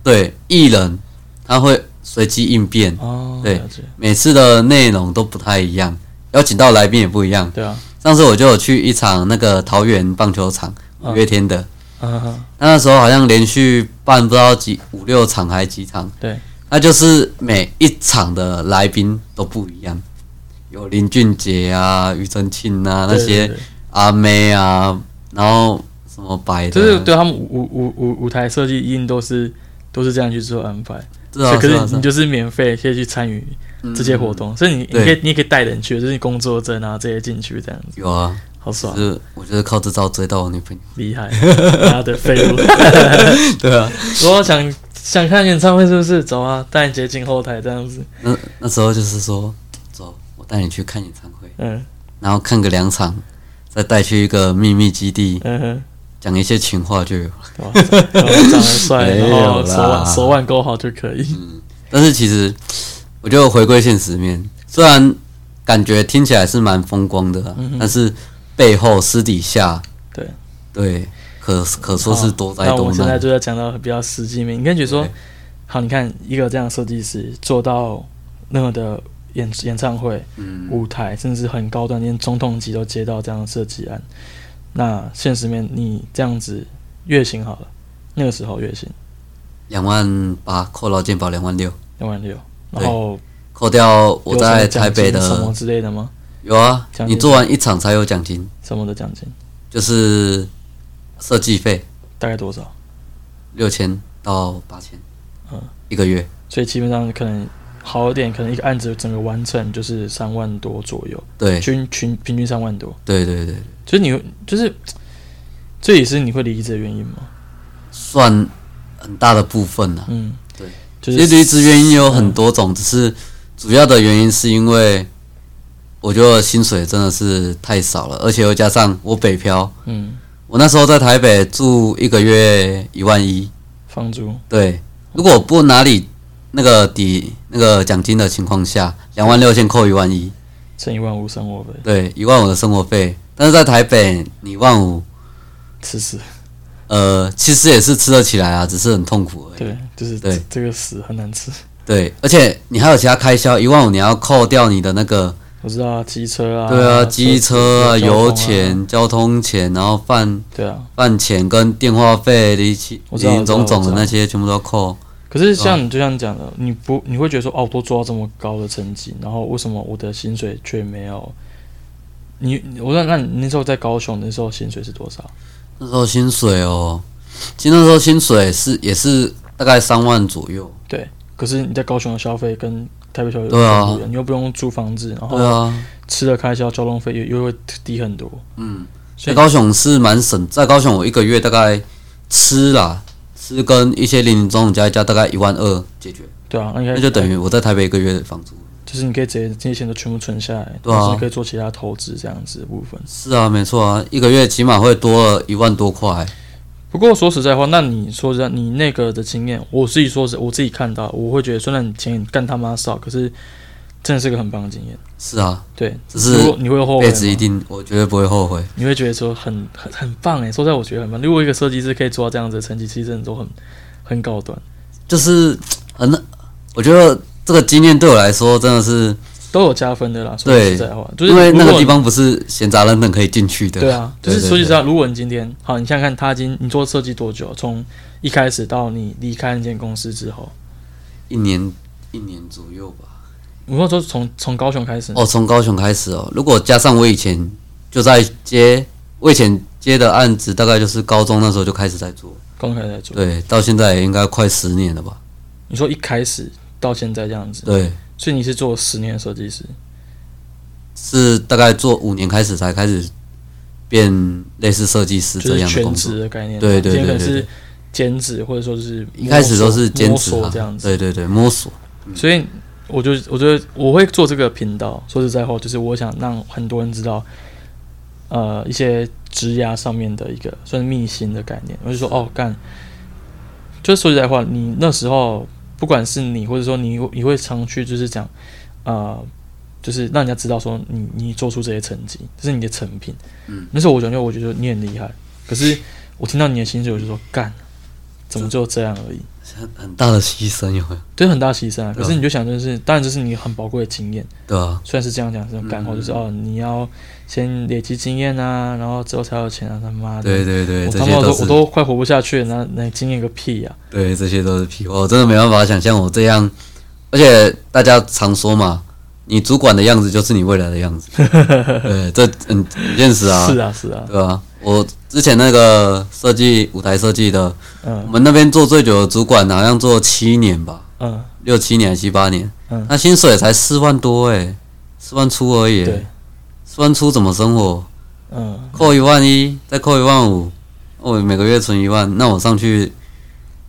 Speaker 2: 对艺人他会随机应变，
Speaker 1: 哦，
Speaker 2: 对
Speaker 1: 了解
Speaker 2: 每次的内容都不太一样，邀请到来宾也不一样。
Speaker 1: 对啊，
Speaker 2: 上次我就有去一场那个桃园棒球场，五月天的，
Speaker 1: 嗯哼，
Speaker 2: 那那时候好像连续办不知道几五六场还几场，
Speaker 1: 对，
Speaker 2: 那就是每一场的来宾都不一样，有林俊杰啊、庾澄庆啊那
Speaker 1: 对对
Speaker 2: 些
Speaker 1: 对
Speaker 2: 阿妹啊，然后什么白的，
Speaker 1: 就是对他们舞舞舞舞舞台设计一定都是都是这样去做安排，
Speaker 2: 对啊，
Speaker 1: 所以可
Speaker 2: 对啊嗯
Speaker 1: 是你就是免费可以去参与这些活动，所以你你
Speaker 2: 对
Speaker 1: 可以你也可以带人去，就是你工作证啊这些进去这样子，
Speaker 2: 有啊，
Speaker 1: 好爽
Speaker 2: 就，是我就是靠这招追到我女朋友。
Speaker 1: 厉害，妈的废物！
Speaker 2: 对啊，
Speaker 1: 我想想看演唱会是不是？走啊，带你直接进后台这样子，
Speaker 2: 那那时候就是说，走，我带你去看演唱会，
Speaker 1: 嗯
Speaker 2: 然后看个两场，再带去一个秘密基地，
Speaker 1: 嗯哼。
Speaker 2: 讲一些情话就有。
Speaker 1: 哇长得帅，
Speaker 2: 没有
Speaker 1: 然
Speaker 2: 啦
Speaker 1: 后手腕手腕够好就可以。
Speaker 2: 但是其实，我就回归现实面，虽然感觉听起来是蛮风光的啊、但是背后私底下，
Speaker 1: 嗯对
Speaker 2: 对，可可说是多灾
Speaker 1: 哦那我
Speaker 2: 多
Speaker 1: 们现在
Speaker 2: 难。
Speaker 1: 就要讲到比较实际面，你可以觉得说
Speaker 2: 对，
Speaker 1: 好，你看一个这样的设计师做到那么的演演唱会、
Speaker 2: 嗯，
Speaker 1: 舞台，甚至很高端，连总统级都接到这样的设计案，那现实面你这样子月薪好了，那个时候月薪
Speaker 2: 两万八扣劳健保两万六，
Speaker 1: 两万六，
Speaker 2: 对
Speaker 1: 然后
Speaker 2: 扣掉我
Speaker 1: 有什么
Speaker 2: 在
Speaker 1: 奖
Speaker 2: 台北
Speaker 1: 金什么
Speaker 2: 的
Speaker 1: 之类的吗？
Speaker 2: 有啊，
Speaker 1: 奖金
Speaker 2: 你做完一场才有奖金，
Speaker 1: 什么的奖金
Speaker 2: 就是设计费
Speaker 1: 大概多少？
Speaker 2: 六千到八千，
Speaker 1: 嗯
Speaker 2: 一个月，
Speaker 1: 所以基本上可能好一点，可能一个案子整个完成就是三万多左右，
Speaker 2: 对
Speaker 1: 均均平均三万多。
Speaker 2: 对对对，
Speaker 1: 就是你会就是这也是你会离职的原因吗？
Speaker 2: 算很大的部分啊。
Speaker 1: 嗯，
Speaker 2: 对，
Speaker 1: 就
Speaker 2: 其实
Speaker 1: 是
Speaker 2: 离职原因有很多种，只是主要的原因是因为我觉得薪水真的是太少了，而且又加上我北漂，
Speaker 1: 嗯，
Speaker 2: 我那时候在台北住一个月一万一，
Speaker 1: 房租
Speaker 2: 对，如果不拿里那个抵那个奖金的情况下，两万六先扣一万一，
Speaker 1: 剩一万五生活费，
Speaker 2: 对，一万五的生活费，但是在台北你万五，
Speaker 1: 吃死。
Speaker 2: 呃，其实也是吃得起来啊，只是很痛苦而已。
Speaker 1: 对，就是
Speaker 2: 对
Speaker 1: 这这个屎很难吃。
Speaker 2: 对，而且你还有其他开销，一万五你要扣掉你的那个，
Speaker 1: 我知道啊，机车啊，
Speaker 2: 对啊，机车啊、
Speaker 1: 交通
Speaker 2: 油，钱、交通钱，然后饭
Speaker 1: 对啊。
Speaker 2: 饭钱跟电话费、离奇
Speaker 1: 我知道
Speaker 2: 林林总总
Speaker 1: 我知
Speaker 2: 的
Speaker 1: 道
Speaker 2: 那些全部都扣。
Speaker 1: 可
Speaker 2: 啊
Speaker 1: 是像你就像你讲的，你不你会觉得说，哦，我都做到这么高的成绩，然后为什么我的薪水却没有？你我说，那你那时候在高雄，那时候薪水是多少？
Speaker 2: 那时候薪水哦，其实那时候薪水是也是大概三万左右。
Speaker 1: 可是你在高雄的消费跟台北消费
Speaker 2: 对啊
Speaker 1: 不一样你又不用租房子，然
Speaker 2: 对
Speaker 1: 后
Speaker 2: 啊，
Speaker 1: 吃的开销、交通费又又会低很多。所
Speaker 2: 在
Speaker 1: 以
Speaker 2: 高雄是蛮省，在高雄我一个月大概吃啦，吃跟一些零零总总加一加，大概一万二解决，
Speaker 1: 对啊，那应该
Speaker 2: 那就等于我在台北一个月的房租。
Speaker 1: 就是你可以直接这些钱都全部存下来，
Speaker 2: 对啊
Speaker 1: 同时可以做其他投资这样子的部分。
Speaker 2: 是啊，没错啊，一个月起码会多了一万多块。
Speaker 1: 不过说实在话，那你说实在，你那个的经验，我自己说实，我自己看到，我会觉得虽然你钱干他妈少，可是真的是个很棒的经验。
Speaker 2: 是啊，
Speaker 1: 对，
Speaker 2: 只是
Speaker 1: 如果你会后悔
Speaker 2: 辈子一
Speaker 1: 吗？
Speaker 2: 定，我绝对不会后悔。
Speaker 1: 你会觉得说很很很棒哎，说实在我觉得很棒。如果一个设计师可以做到这样子的成绩，其实真的都很很高端，
Speaker 2: 就是很，我觉得这个经验对我来说真的是，
Speaker 1: 都有加分的啦。说
Speaker 2: 对
Speaker 1: 实在话，就是
Speaker 2: 因为那
Speaker 1: 如
Speaker 2: 个
Speaker 1: 果
Speaker 2: 地方不是闲杂人等可以进去的。
Speaker 1: 对啊，就是
Speaker 2: 对对
Speaker 1: 说句实
Speaker 2: 对
Speaker 1: 话，如果你今天好，你想想看，他已经你做设计多久？从一开始到你离开那间公司之后，
Speaker 2: 一年一年左右吧。
Speaker 1: 我那时候从从高雄开始，
Speaker 2: 哦，从高雄开始哦。如果加上我以前就在接，我以前接的案子大概就是高中那时候就开始在做，
Speaker 1: 高中开始在做。
Speaker 2: 对，到现在也应该快十年了吧？
Speaker 1: 你说一开始到现在这样子，
Speaker 2: 对，
Speaker 1: 所以你是做十年的设计师，
Speaker 2: 是大概做五年开始才开始变类似设计师
Speaker 1: 就
Speaker 2: 这
Speaker 1: 是
Speaker 2: 样的
Speaker 1: 全
Speaker 2: 工作
Speaker 1: 职，的概念嘛。
Speaker 2: 对对
Speaker 1: 今天可能
Speaker 2: 对对
Speaker 1: 是兼职或者说是
Speaker 2: 一开始都是兼
Speaker 1: 摸
Speaker 2: 职
Speaker 1: 索摸索
Speaker 2: 啊
Speaker 1: 这样，子。
Speaker 2: 对对对，摸索，
Speaker 1: 所以我就我觉得我会做这个频道，说实在话，就是我想让很多人知道，呃，一些职涯上面的一个算是秘辛的概念。我就说，哦，干，就是说实在话，你那时候不管是你，或者说你你会常去就是讲，呃，就是让人家知道说你你做出这些成绩，这是你的成品。
Speaker 2: 嗯，
Speaker 1: 那时候我感觉我觉得你很厉害，可是我听到你的薪水，我就说干，怎么就这样而已？
Speaker 2: 很很大的牺牲有没有？
Speaker 1: 对，很大牺牲啊。可
Speaker 2: 对
Speaker 1: 是
Speaker 2: 啊
Speaker 1: 你就想，就是当然这是你很宝贵的经验，
Speaker 2: 对啊，
Speaker 1: 虽然是这样讲，这种
Speaker 2: 嗯
Speaker 1: 干话就是、哦，你要先累积经验啊，然后之后才有钱啊，他妈的。
Speaker 2: 对对对，
Speaker 1: 我
Speaker 2: 这
Speaker 1: 哦他
Speaker 2: 些
Speaker 1: 妈我
Speaker 2: 都
Speaker 1: 都我
Speaker 2: 是
Speaker 1: 都快活不下去了，那那经验个屁呀、
Speaker 2: 对，这些都是屁话，我真的没办法想象我这样。而且大家常说嘛，你主管的样子就是你未来的 样子。对，这很很现实啊，
Speaker 1: 是啊，是啊，
Speaker 2: 对啊。我之前那个设计舞台设计的，我
Speaker 1: 嗯
Speaker 2: 们那边做最久的主管好像做七年吧，
Speaker 1: 嗯，
Speaker 2: 六七年、七八年，
Speaker 1: 嗯
Speaker 2: 他薪水也才四万多诶、四万出而已、欸
Speaker 1: 对，
Speaker 2: 四万出怎么生活？
Speaker 1: 嗯，
Speaker 2: 扣一万一，再扣一万五，我每个月存一万，那我上去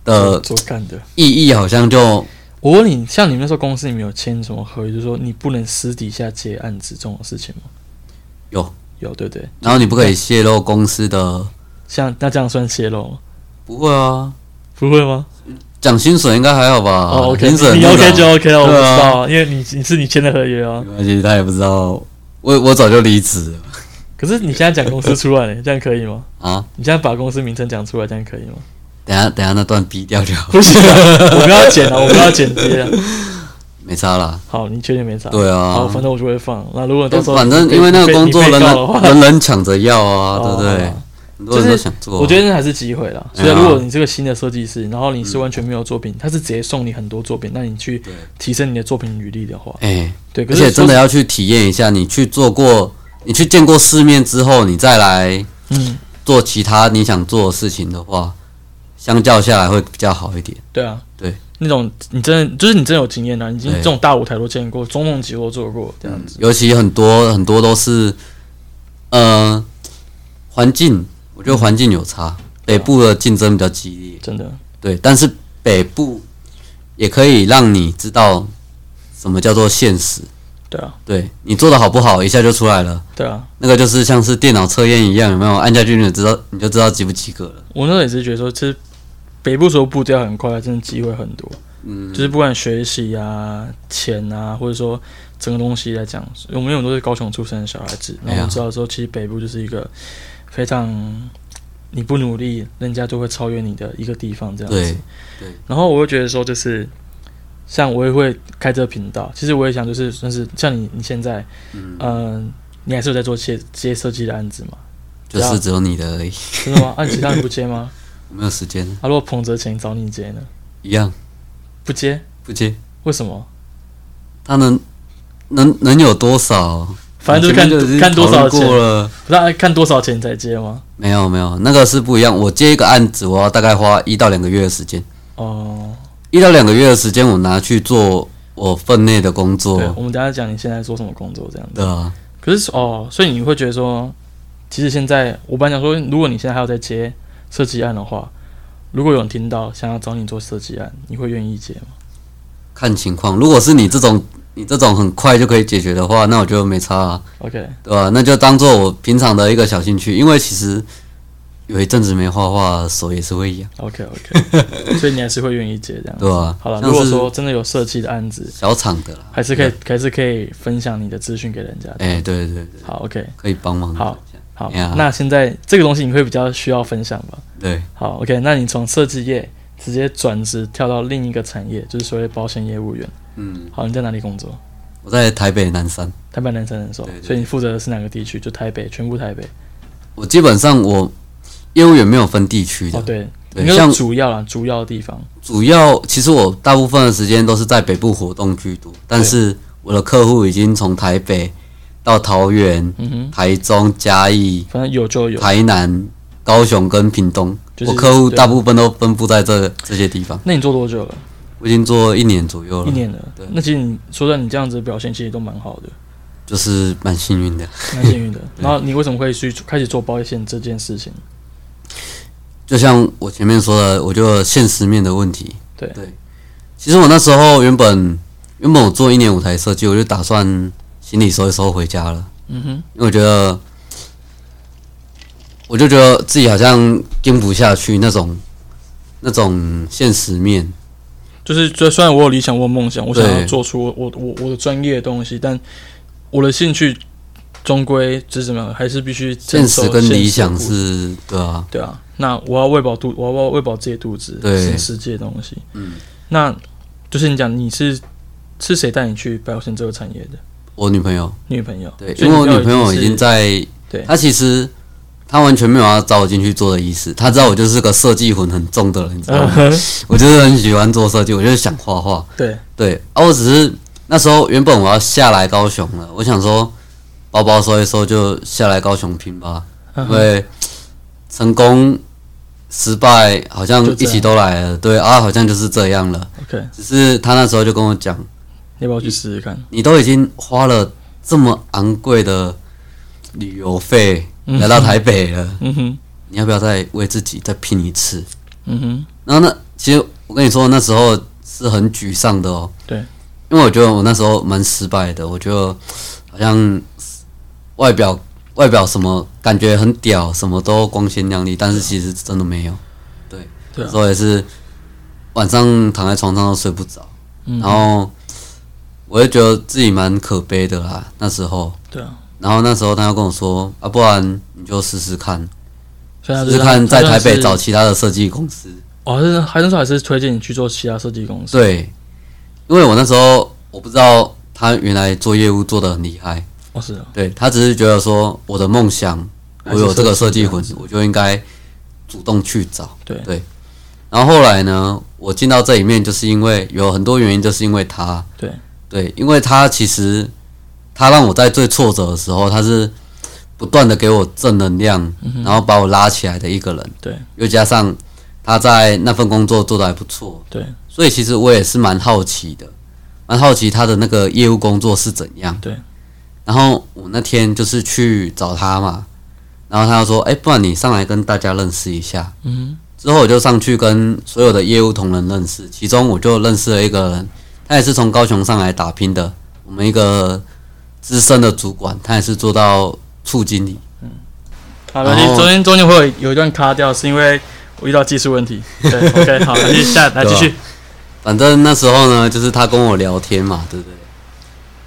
Speaker 2: 的
Speaker 1: 做干的。
Speaker 2: 意义好像就
Speaker 1: 我问你，像你们那时候公司里面有签什么合约，就是说你不能私底下接案子这种事情吗？
Speaker 2: 有，
Speaker 1: 有对不对？
Speaker 2: 然后你不可以泄露公司的，
Speaker 1: 像那这样算泄露吗？
Speaker 2: 不会啊，
Speaker 1: 不会吗？
Speaker 2: 讲薪水应该还好吧？
Speaker 1: 哦，OK，
Speaker 2: 薪水啊很
Speaker 1: 你你
Speaker 2: 正
Speaker 1: OK
Speaker 2: 常
Speaker 1: 就 OK 了，我不
Speaker 2: 对
Speaker 1: 知
Speaker 2: 啊
Speaker 1: 道啊，因为你你是你签的合约啊。
Speaker 2: 没关系，他也不知道，我我早就离职了
Speaker 1: 可是你现在讲公司出来 了，这样可以吗？
Speaker 2: 啊。
Speaker 1: 你现在把公司名称讲出来，这样可以吗？
Speaker 2: 等一下等一下那段逼掉就好。
Speaker 1: 啊不行、啊，我不要剪了，我不要剪接了。
Speaker 2: 没差啦。
Speaker 1: 好，你确定没啥？
Speaker 2: 对
Speaker 1: 好，
Speaker 2: 啊，
Speaker 1: 反正我就会放。那如果到时候
Speaker 2: 反正
Speaker 1: 你被
Speaker 2: 因为那个工作
Speaker 1: 你被
Speaker 2: 人
Speaker 1: 你被告的话
Speaker 2: 人人人抢着要啊，对
Speaker 1: 哦
Speaker 2: 不对？很多
Speaker 1: 就
Speaker 2: 人都
Speaker 1: 是
Speaker 2: 想做啊，
Speaker 1: 我觉得那还是机会啦。
Speaker 2: 对
Speaker 1: 所以
Speaker 2: 啊
Speaker 1: 如果你是个新的设计师，然后你是完全没有作品，他是直接送你很多作品，那你去提升你的作品履历的话，
Speaker 2: 哎、
Speaker 1: 对，可
Speaker 2: 嗯而
Speaker 1: 是
Speaker 2: 且真的
Speaker 1: 说
Speaker 2: 要去体验一下，你去做过，你去见过世面之后，你再来
Speaker 1: 嗯，
Speaker 2: 做其他你想做的事情的话，相较下来会比较好一点。
Speaker 1: 对啊，
Speaker 2: 对，
Speaker 1: 那种你真的就是你真的有经验啦，啊你已经
Speaker 2: 对嗯
Speaker 1: 这种大舞台都见过，中梦级都做过，这样子，
Speaker 2: 尤其很多很多都是，呃，环境，我觉得环境有差，北部的竞争比较激烈，
Speaker 1: 真的，
Speaker 2: 对，但是北部也可以让你知道什么叫做现实，
Speaker 1: 对啊，
Speaker 2: 对你做的好不好，一下就出来了。
Speaker 1: 对啊。
Speaker 2: 那个就是像是电脑测验一样，有没有按下去你就知道你就知道及不及格了。
Speaker 1: 我那时候也是觉得说，其实北部时候步调很快，真的机会很多。
Speaker 2: 嗯，
Speaker 1: 就是不管学习啊、钱啊，或者说整个东西来讲，我们有很多是高雄出生的小孩子，
Speaker 2: 哎
Speaker 1: 然
Speaker 2: 呀
Speaker 1: 后我们知道说，其实北部就是一个非常你不努力，人家就会超越你的一个地方，这样子
Speaker 2: 对。
Speaker 1: 然后我又觉得说，就是像我也会开这个频道，其实我也想就是，算是像你你现在，嗯、你还是有在做接接设计的案子嘛？
Speaker 2: 就是只有你的而已，
Speaker 1: 真的吗？啊，你其他人不接吗？
Speaker 2: 我没有时间，
Speaker 1: 啊，如果彭泽前找你接呢？
Speaker 2: 一样
Speaker 1: 不接？
Speaker 2: 不接。
Speaker 1: 为什么？
Speaker 2: 他能能能有多少？
Speaker 1: 反正就是看
Speaker 2: 我前面已经
Speaker 1: 看多
Speaker 2: 讨
Speaker 1: 少
Speaker 2: 论
Speaker 1: 钱
Speaker 2: 过了。
Speaker 1: 不是、啊、看多少钱才接吗？
Speaker 2: 没有没有，那个是不一样。我接一个案子，我要大概花一到两个月的时间，
Speaker 1: 哦、
Speaker 2: 一到两个月的时间我拿去做我分内的工
Speaker 1: 对，
Speaker 2: 作。
Speaker 1: 我们等一下讲你现在做什么工作这样子。
Speaker 2: 对啊，
Speaker 1: 可是哦，所以你会觉得说，其实现在我本来想说，如果你现在还有在接设计案的话，如果有人听到想要找你做设计案，你会愿意接吗？
Speaker 2: 看情况。如果是你这种你这种很快就可以解决的话，那我觉得没差、啊。
Speaker 1: ？OK，
Speaker 2: 对吧、那就当做我平常的一个小兴趣，因为其实有一阵子没画画，手也是会痒，
Speaker 1: OK OK，所以 你还是会愿意接这样。
Speaker 2: 对吧、
Speaker 1: 好了，
Speaker 2: 像
Speaker 1: 如果
Speaker 2: 是
Speaker 1: 说真的有设计的案子，
Speaker 2: 小厂的啦，
Speaker 1: 还是可以，还是可以分享你的资讯给人家。
Speaker 2: 哎、对对对，
Speaker 1: 好，OK，
Speaker 2: 可以帮忙一下。
Speaker 1: 好好。
Speaker 2: 哎呀
Speaker 1: 那现在这个东西你会比较需要分享吧？
Speaker 2: 对，
Speaker 1: 好，OK，那你从设计业直接转职跳到另一个产业，就是所谓保险业务员。
Speaker 2: 嗯，
Speaker 1: 好，你在哪里工作？
Speaker 2: 我在台北南山，
Speaker 1: 台北南山人寿，
Speaker 2: 对对
Speaker 1: 所以你负责的是哪个地区？就台北，全部台北。
Speaker 2: 我基本上我业务员没有分地区的，
Speaker 1: 哦，对，
Speaker 2: 对
Speaker 1: 应该
Speaker 2: 像
Speaker 1: 是主要啦，主要的地方。
Speaker 2: 主要其实我大部分的时间都是在北部活动居多，但是我的客户已经从台北到桃园、
Speaker 1: 嗯哼，
Speaker 2: 台中、嘉义、
Speaker 1: 反正有就有，
Speaker 2: 台南、高雄跟屏东，
Speaker 1: 就是
Speaker 2: 我客户
Speaker 1: 对
Speaker 2: 大部分都分布在这这些地方。
Speaker 1: 那你做多久了？
Speaker 2: 我已经做一年左右了，
Speaker 1: 一年了
Speaker 2: 嗯对。
Speaker 1: 那其实你说到你这样子的表现，其实都蛮好的，
Speaker 2: 就是蛮幸运的。
Speaker 1: 蛮幸 运的。然后你为什么会去开始做保险这件事情？
Speaker 2: 就像我前面说的，我觉得现实面的问题。
Speaker 1: 对
Speaker 2: 对，其实我那时候原本原本我做一年舞台设计，我就打算行李收一收回家了，
Speaker 1: 嗯哼，
Speaker 2: 因为我觉得，我就觉得自己好像跟不下去那种那种现实面。
Speaker 1: 就是就虽然我有理想，我有梦想，我想
Speaker 2: 对
Speaker 1: 要做出我我我我的专业的东西，但我的兴趣终归是什么，还是必须承
Speaker 2: 现
Speaker 1: 受
Speaker 2: 实跟
Speaker 1: 现
Speaker 2: 理
Speaker 1: 的
Speaker 2: 想
Speaker 1: 苦
Speaker 2: 是，对啊，
Speaker 1: 对啊，那我要喂饱肚，我要喂饱自己的肚子，
Speaker 2: 对
Speaker 1: 是世界的东西。
Speaker 2: 嗯，
Speaker 1: 那就是你讲你是是谁带你去保险这个产业的？
Speaker 2: 我女朋友。
Speaker 1: 女朋友
Speaker 2: 对，
Speaker 1: 所
Speaker 2: 因
Speaker 1: 以
Speaker 2: 为我女朋友
Speaker 1: 是
Speaker 2: 已经在，
Speaker 1: 对
Speaker 2: 她其实她完全没有要找我进去做的意思，她知道我就是个设计魂很重的人，你知道
Speaker 1: 嗯
Speaker 2: 吗？
Speaker 1: 哼
Speaker 2: 我就是很喜欢做设计，我就是想画画。
Speaker 1: 对
Speaker 2: 对，啊，我只是那时候原本我要下来高雄了，我想说包包收一收就下来高雄拼吧，
Speaker 1: 嗯
Speaker 2: 因为成功失败好像
Speaker 1: 就这
Speaker 2: 一
Speaker 1: 样
Speaker 2: 起都来了，对啊，好像就是这样了。
Speaker 1: ，OK，你
Speaker 2: 只是她那时候就跟我讲，
Speaker 1: 要不要去试试看？
Speaker 2: 你都已经花了这么昂贵的旅游费
Speaker 1: 嗯
Speaker 2: 来到台北了，
Speaker 1: 嗯哼，
Speaker 2: 你要不要再为自己再拼一次？
Speaker 1: 嗯哼，
Speaker 2: 然后那其实我跟你说，那时候是很沮丧的哦。
Speaker 1: 对，
Speaker 2: 因为我觉得我那时候蛮失败的，我觉得好像外表外表什么感觉很屌，什么都光鲜亮丽，但是其实真的没有。对，
Speaker 1: 对啊
Speaker 2: 那时候也是晚上躺在床上都睡不着。
Speaker 1: 嗯
Speaker 2: 然后我就觉得自己蛮可悲的啦，那时候。
Speaker 1: 对啊，
Speaker 2: 然后那时候他又跟我说啊，不然你就试试看，
Speaker 1: 所以他
Speaker 2: 试
Speaker 1: 就
Speaker 2: 试
Speaker 1: 是
Speaker 2: 看在台北找
Speaker 1: 早，
Speaker 2: 其他的设计公司。
Speaker 1: 哦，还是还是说还是推荐你去做其他设计公司？
Speaker 2: 对，因为我那时候我不知道他原来做业务做的很厉害，
Speaker 1: 哦是啊，
Speaker 2: 对他只是觉得说我的梦想，
Speaker 1: 还
Speaker 2: 我
Speaker 1: 是
Speaker 2: 有这个设
Speaker 1: 设计
Speaker 2: 计
Speaker 1: 这样
Speaker 2: 魂，我就应该主动去找。
Speaker 1: 对
Speaker 2: 对，然后后来呢，我进到这里面，就是因为有很多原因，就是因为他，
Speaker 1: 对
Speaker 2: 对，因为他其实他让我在最挫折的时候，他是不断的给我正能量，
Speaker 1: 嗯
Speaker 2: 然后把我拉起来的一个人。
Speaker 1: 对，
Speaker 2: 又加上他在那份工作做的还不错，
Speaker 1: 对，
Speaker 2: 所以其实我也是蛮好奇的，蛮好奇他的那个业务工作是怎样。
Speaker 1: 对，
Speaker 2: 然后我那天就是去找他嘛，然后他就说：“哎，不然你上来跟大家认识一下。”
Speaker 1: 嗯
Speaker 2: 之后我就上去跟所有的业务同仁认识，其中我就认识了一个人，他也是从高雄上来打拼的，我们一个资深的主管，他也是做到处经理。
Speaker 1: 哼，好，
Speaker 2: 然
Speaker 1: 没关系，
Speaker 2: 后
Speaker 1: 中间中间会有有一段卡掉，是因为我遇到技术问 题。对，OK，好，继续下
Speaker 2: 啊
Speaker 1: 来继续。
Speaker 2: 反正那时候呢，就是他跟我聊天嘛，对不对？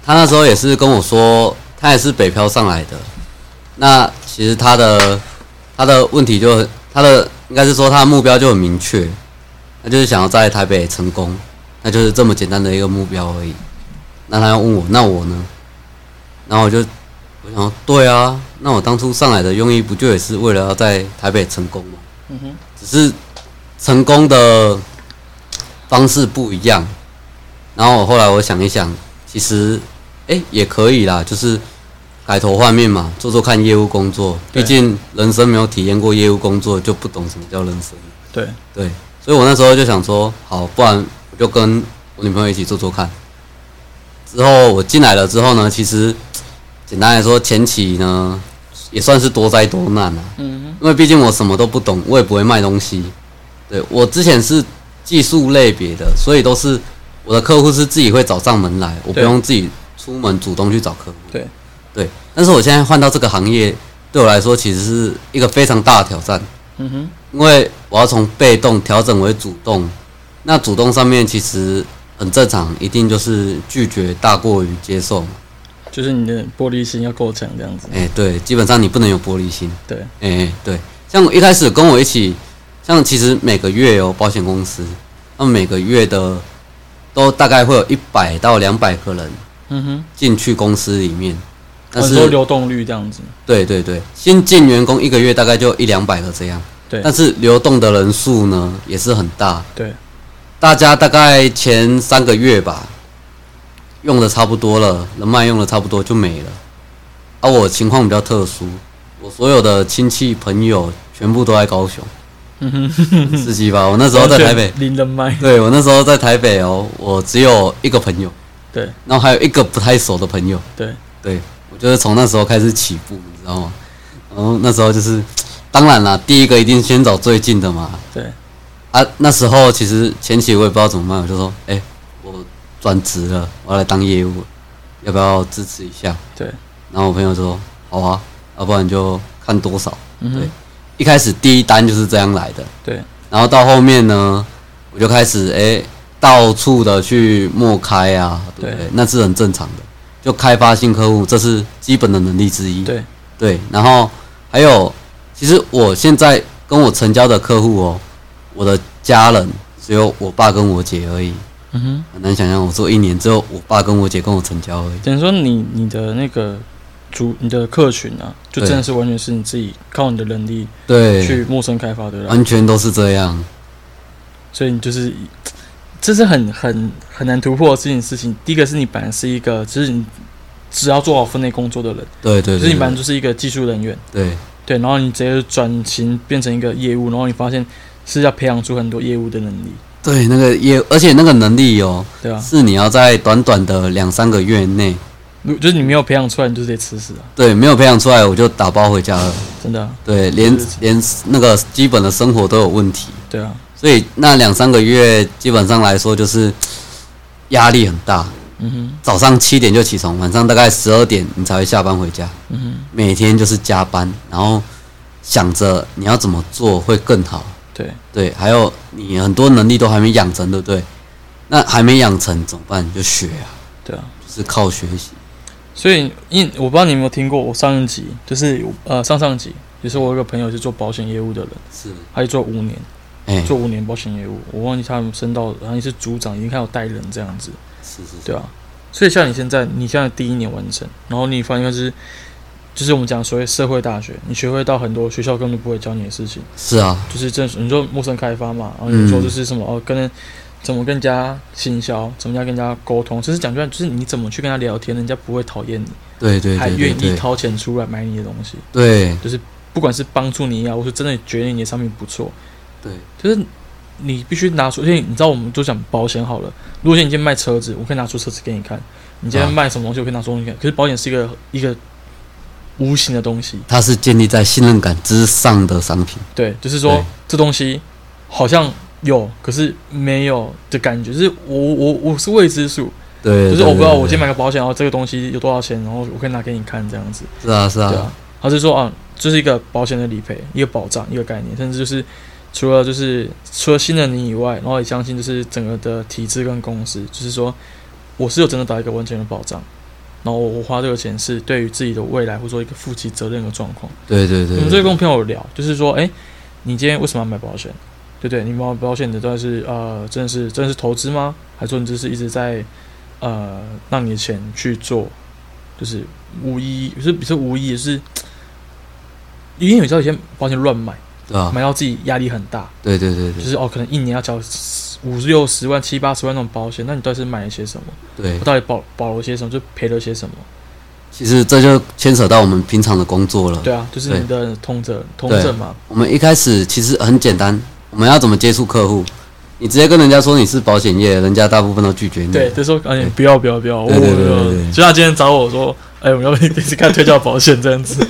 Speaker 2: 他那时候也是跟我说，他也是北漂上来的。那其实他的他的问题就很他的应该是说他的目标就很明确，他就是想要在台北成功，那就是这么简单的一个目标而已。那他要问我，那我呢？然后我就我想说，对啊，那我当初上来的用意不就也是为了要在台北成功吗？
Speaker 1: 嗯哼，
Speaker 2: 只是成功的方式不一样。然后我后来我想一想，其实哎、诶也可以啦，就是改头换面嘛，做做看业务工作。
Speaker 1: 对
Speaker 2: 毕竟人生没有体验过业务工作，就不懂什么叫人生。
Speaker 1: 对，
Speaker 2: 对，所以我那时候就想说，好，不然我就跟我女朋友一起做做看。之后我进来了之后呢，其实简单来说，前期呢也算是多灾多难啊。
Speaker 1: 嗯
Speaker 2: 因为毕竟我什么都不懂，我也不会卖东西。对我之前是技术类别的，所以都是我的客户是自己会找上门来，我不
Speaker 1: 对
Speaker 2: 用自己出门主动去找客户。
Speaker 1: 对
Speaker 2: 对，但是我现在换到这个行业，对我来说其实是一个非常大的挑战，
Speaker 1: 哼，嗯哼，
Speaker 2: 因为我要从被动调整为主动。那主动上面其实很正常，一定就是拒绝大过于接受嘛。
Speaker 1: 就是你的玻璃心要够强，这样子。
Speaker 2: 哎、对，基本上你不能有玻璃心。
Speaker 1: 对，
Speaker 2: 哎、对，像我一开始跟我一起，像其实每个月有保险公司，那每个月的都大概会有一百到两百个人
Speaker 1: 嗯哼，
Speaker 2: 进去公司里面，但
Speaker 1: 很多
Speaker 2: 是
Speaker 1: 哦流动率这样子。
Speaker 2: 对对对，新进员工一个月大概就一两百个这样，
Speaker 1: 对
Speaker 2: 但是流动的人数呢也是很大，
Speaker 1: 对，
Speaker 2: 大家大概前三个月吧，用的差不多了，人脉用的差不多就没了。啊，我情况比较特殊，我所有的亲戚朋友全部都在高雄，
Speaker 1: 嗯哼，
Speaker 2: 刺激吧？我那时候在台北，
Speaker 1: 零人脉。
Speaker 2: 对我那时候在台北哦，我只有一个朋友，
Speaker 1: 对
Speaker 2: 然后还有一个不太熟的朋友，
Speaker 1: 对，
Speaker 2: 对我就是从那时候开始起步，你知道吗？然后那时候就是，当然啦，第一个一定先找最近的嘛，
Speaker 1: 对，
Speaker 2: 啊，那时候其实前期我也不知道怎么办，我就说，哎、我转职了，我要来当业务，要不要支持一下？
Speaker 1: 对。
Speaker 2: 然后我朋友就说，好啊，要不然就看多少。
Speaker 1: 嗯
Speaker 2: 对
Speaker 1: 哼，
Speaker 2: 一开始第一单就是这样来的，
Speaker 1: 对
Speaker 2: 然后到后面呢，我就开始哎、到处的去默开啊，对不对？
Speaker 1: 对
Speaker 2: 那是很正常的，就开发新客户，这是基本的能力之一。
Speaker 1: 对
Speaker 2: 对，然后还有，其实我现在跟我成交的客户哦，我的家人只有我爸跟我姐而已，
Speaker 1: 嗯哼。
Speaker 2: 很难想象我做一年只有我爸跟我姐跟我成交而已。
Speaker 1: 等于说你你的那个主你的客群啊，就真的是完全是你自己靠你的能力
Speaker 2: 对，啊
Speaker 1: 去陌生开发的啦，
Speaker 2: 完全都是这样。
Speaker 1: 所以你就是这是很很很难突破的这件事情。第一个是你本来是一个，就是你只要做好分内工作的人，
Speaker 2: 对对
Speaker 1: 就是
Speaker 2: 对
Speaker 1: 你本来
Speaker 2: 对
Speaker 1: 就是一个技术人员，
Speaker 2: 对
Speaker 1: 对，然后你直接转型变成一个业务，然后你发现是要培养出很多业务的能力，
Speaker 2: 对，那个也，而且那个能力哦，
Speaker 1: 对啊，
Speaker 2: 是你要在短短的两三个月内，
Speaker 1: 如就是你没有培养出来，你就直接吃屎啊，
Speaker 2: 对，没有培养出来我就打包回家了。
Speaker 1: 真的啊、
Speaker 2: 对，连
Speaker 1: 是是
Speaker 2: 连那个基本的生活都有问题。
Speaker 1: 对啊，
Speaker 2: 所以那两三个月基本上来说就是压力很大，
Speaker 1: 嗯哼，
Speaker 2: 早上七点就起床，晚上大概十二点你才会下班回家，
Speaker 1: 嗯哼，
Speaker 2: 每天就是加班，然后想着你要怎么做会更好，
Speaker 1: 对
Speaker 2: 对，还有你很多能力都还没养成，对不对？那还没养成怎么办？你就学啊，
Speaker 1: 对啊。
Speaker 2: 就是靠学习。
Speaker 1: 所以，因我不知道你有没有听过，我上一集就是呃上上集，也是我有一个朋友是做保险业务的人，
Speaker 2: 是，
Speaker 1: 他就做五年，
Speaker 2: 哎、
Speaker 1: 做五年保险业务，我忘记他们升到，然后是组长，已经开始带人这样子，
Speaker 2: 是是是，
Speaker 1: 对啊。所以像你现在，你现在第一年完成，然后你发现就是就是我们讲所谓社会大学，你学会到很多学校根本不会教你的事情，
Speaker 2: 是啊，
Speaker 1: 就是正你说陌生开发嘛，然后你说就是什么、哦，跟人怎么跟人家行销，怎么样跟人家沟通，就是讲出来就是你怎么去跟他聊天，人家不会讨厌你，
Speaker 2: 对对
Speaker 1: 还
Speaker 2: 对对
Speaker 1: 愿意
Speaker 2: 对，
Speaker 1: 掏钱出来买你的东西，
Speaker 2: 对
Speaker 1: 不管是帮助你也好，或是真的觉得你的商品不错，
Speaker 2: 对，
Speaker 1: 就是你必须拿出，而且你知道我们都讲保险好了，如果今天你今天卖车子，我可以拿出车子给你看；你今天
Speaker 2: 啊
Speaker 1: 卖什么东西，我可以拿出东西给你看。可是保险是一个一个无形的东西，
Speaker 2: 它是建立在信任感之上的商品。
Speaker 1: 对，就是说
Speaker 2: 对
Speaker 1: 这东西好像有，可是没有的感觉，就是我我我是未知数，
Speaker 2: 对，
Speaker 1: 就是哦
Speaker 2: 对
Speaker 1: 我不知道
Speaker 2: 对
Speaker 1: 我今
Speaker 2: 对
Speaker 1: 天买个保险，然后这个东西有多少钱，然后我可以拿给你看这样子。
Speaker 2: 是啊是
Speaker 1: 对
Speaker 2: 啊
Speaker 1: 啊，他是说啊，这、是一个保险的理赔，一个保障，一个概念，甚至就是除了就是除了信任你以外，然后也相信就是整个的体制跟公司，就是说我是有真的打一个完全的保障，然后我我花这个钱是对于自己的未来或者说一个负起责任的状况。
Speaker 2: 对对对
Speaker 1: 我们最近
Speaker 2: 对，
Speaker 1: 跟朋友聊，就是说，哎、你今天为什么要买保险？对不对？你买保险的到底是呃，真的是真的是投资吗？还是说你只是一直在呃，让你的钱去做，就是无意，就是不是无意，就是因为有时候有些保险乱买，
Speaker 2: 对啊，
Speaker 1: 买到自己压力很大，
Speaker 2: 对对对对
Speaker 1: 就是哦，可能一年要缴五六十万、七八十万那种保险，那你到底是买了些什么？
Speaker 2: 对
Speaker 1: 我，到底保保了些什么？就赔了些什么？
Speaker 2: 其实这就牵扯到我们平常的工作了。
Speaker 1: 对啊，就是你的通则通证嘛，
Speaker 2: 我们一开始其实很简单，我们要怎么接触客户？你直接跟人家说你是保险业，人家大部分都拒绝你。
Speaker 1: 对，，这时候哎，不要不要不要，我
Speaker 2: 嗯对对对对
Speaker 1: 我
Speaker 2: 对
Speaker 1: 就像今天找我说，哎，我 们要不要一起看推销保险这样 子？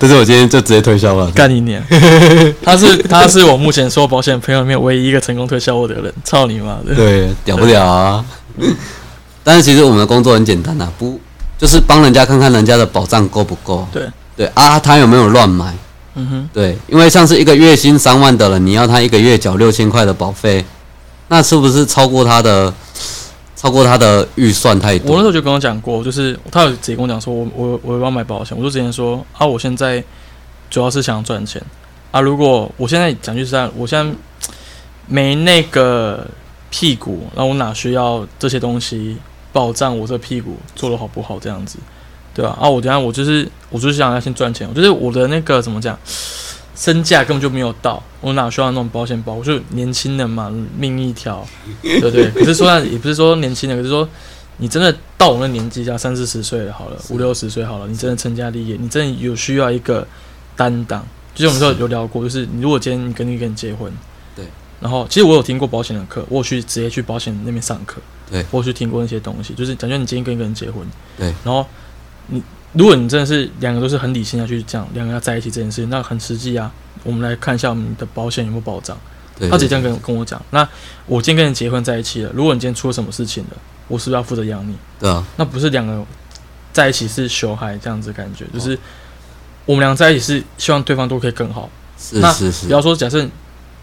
Speaker 2: 但是我今天就直接推销了。
Speaker 1: 干你娘！他是他是我目前所有保险朋友里面唯一一个成功推销我的人，操你妈的！
Speaker 2: 对，屌不屌啊？ 但是其实我们的工作很简单啊，不就是帮人家看看人家的保障够不够？
Speaker 1: 对
Speaker 2: 对啊，他有没有乱买？
Speaker 1: 嗯哼，
Speaker 2: 对，因为像是一个月薪三万的人，你要他一个月缴六千块的保费，那是不是超过他的超过他的预算太
Speaker 1: 我那时
Speaker 2: 多？
Speaker 1: 候就跟我讲过，就是他有直接跟我讲说，我我我要买保险，我就之前说啊，我现在主要是想赚钱啊，如果我现在讲句实在，我现在没那个屁股，那我哪需要这些东西保障我这屁股做的好不好这样子？对啊，啊，我等一下我就是我就是想要先赚钱，我就是我的那个怎么讲，身价根本就没有到，我哪需要那种保险包？我就年轻人嘛，命一条，对不对？可是说也不是说年轻人，可是说你真的到我那年纪，像三四十岁了，好了，
Speaker 2: 是
Speaker 1: 五六十岁好了，你真的成家立业，你真的有需要一个担当。就像我们说有聊过，就是你如果今天你跟一个人结婚，
Speaker 2: 对，
Speaker 1: 然后其实我有听过保险的课，我有去直接去保险那边上课，
Speaker 2: 对
Speaker 1: 我有去听过那些东西，就是感觉你今天跟一个人结婚，
Speaker 2: 对，
Speaker 1: 然后你如果你真的是两个都是很理性的去讲两个要在一起这件事情，那很实际啊。我们来看一下我们的保险有没有保障。
Speaker 2: 对，
Speaker 1: 他直接这样跟跟我讲，那我今天跟你结婚在一起了，如果你今天出了什么事情了，我是不是要负责养你？
Speaker 2: 对啊，
Speaker 1: 那不是两个在一起是熊孩这样子的感觉，就是我们俩在一起是希望对方都可以更好。
Speaker 2: 是
Speaker 1: 那
Speaker 2: 是是
Speaker 1: 不，要说假设，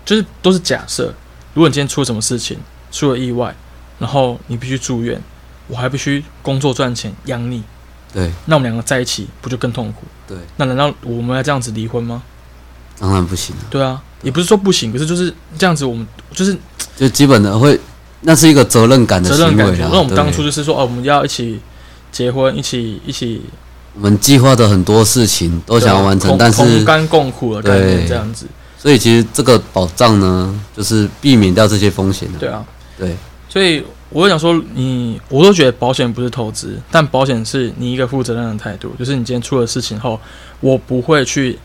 Speaker 1: 就是都是假设。如果你今天出了什么事情，出了意外，然后你必须住院，我还必须工作赚钱养你，
Speaker 2: 对，
Speaker 1: 那我们两个在一起不就更痛苦？
Speaker 2: 对，
Speaker 1: 那难道我们要这样子离婚吗？
Speaker 2: 当然不行了、
Speaker 1: 对啊，也不是说不行，可是就是这样子，我们就是
Speaker 2: 就基本的会，那是一个责任感的
Speaker 1: 责
Speaker 2: 行
Speaker 1: 任
Speaker 2: 为
Speaker 1: 感觉。
Speaker 2: 啦。
Speaker 1: 那我们当初
Speaker 2: 对
Speaker 1: 就是说，哦，我们要一起结婚，一起一起
Speaker 2: 我们计划的很多事情都想要完成，
Speaker 1: 同
Speaker 2: 但
Speaker 1: 同
Speaker 2: 是
Speaker 1: 甘共苦的概念
Speaker 2: 对
Speaker 1: 这样子，
Speaker 2: 所以其实这个保障呢，就是避免掉这些风险的、
Speaker 1: 对啊，
Speaker 2: 对，
Speaker 1: 所以我就想说你，我都觉得保险不是投资，但保险是你一个负责任的态度，就是你今天出了事情后，我不会去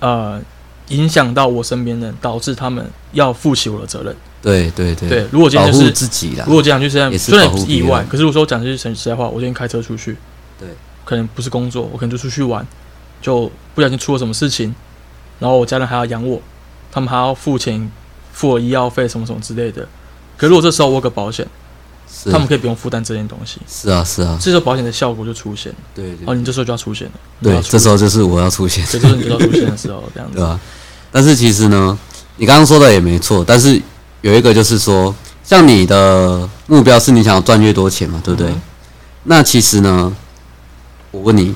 Speaker 1: 呃影响到我身边的人，导致他们要负起我的责任。
Speaker 2: 对对对
Speaker 1: 对，如果今
Speaker 2: 保
Speaker 1: 天就
Speaker 2: 护
Speaker 1: 是
Speaker 2: 自己啦
Speaker 1: 如。果讲句实在，
Speaker 2: 啊也是
Speaker 1: 虽然
Speaker 2: 保护
Speaker 1: 是意
Speaker 2: 别
Speaker 1: 外
Speaker 2: 人，
Speaker 1: 可是我说讲句实在话，我今天开车出去，
Speaker 2: 对，
Speaker 1: 可能不是工作，我可能就出去玩，就不小心出了什么事情，然后我家人还要养我，他们还要付钱，付我医药费什么什么之类的。可如果这时候我有个保险，
Speaker 2: 是
Speaker 1: 他们可以不用负担这件东西，
Speaker 2: 是啊是啊，
Speaker 1: 这时候保险的效果就出现了。
Speaker 2: 对对
Speaker 1: 哦，你这时候就要出现了，你就
Speaker 2: 对
Speaker 1: 要，出
Speaker 2: 这时候就是我要出现，
Speaker 1: 对，就是你就要出现的时候，这样
Speaker 2: 对
Speaker 1: 子。
Speaker 2: 吧、但是其实呢，你刚刚说的也没错，但是有一个就是说，像你的目标是你想要赚越多钱嘛，对不 对？
Speaker 1: 嗯
Speaker 2: 那其实呢，我问你，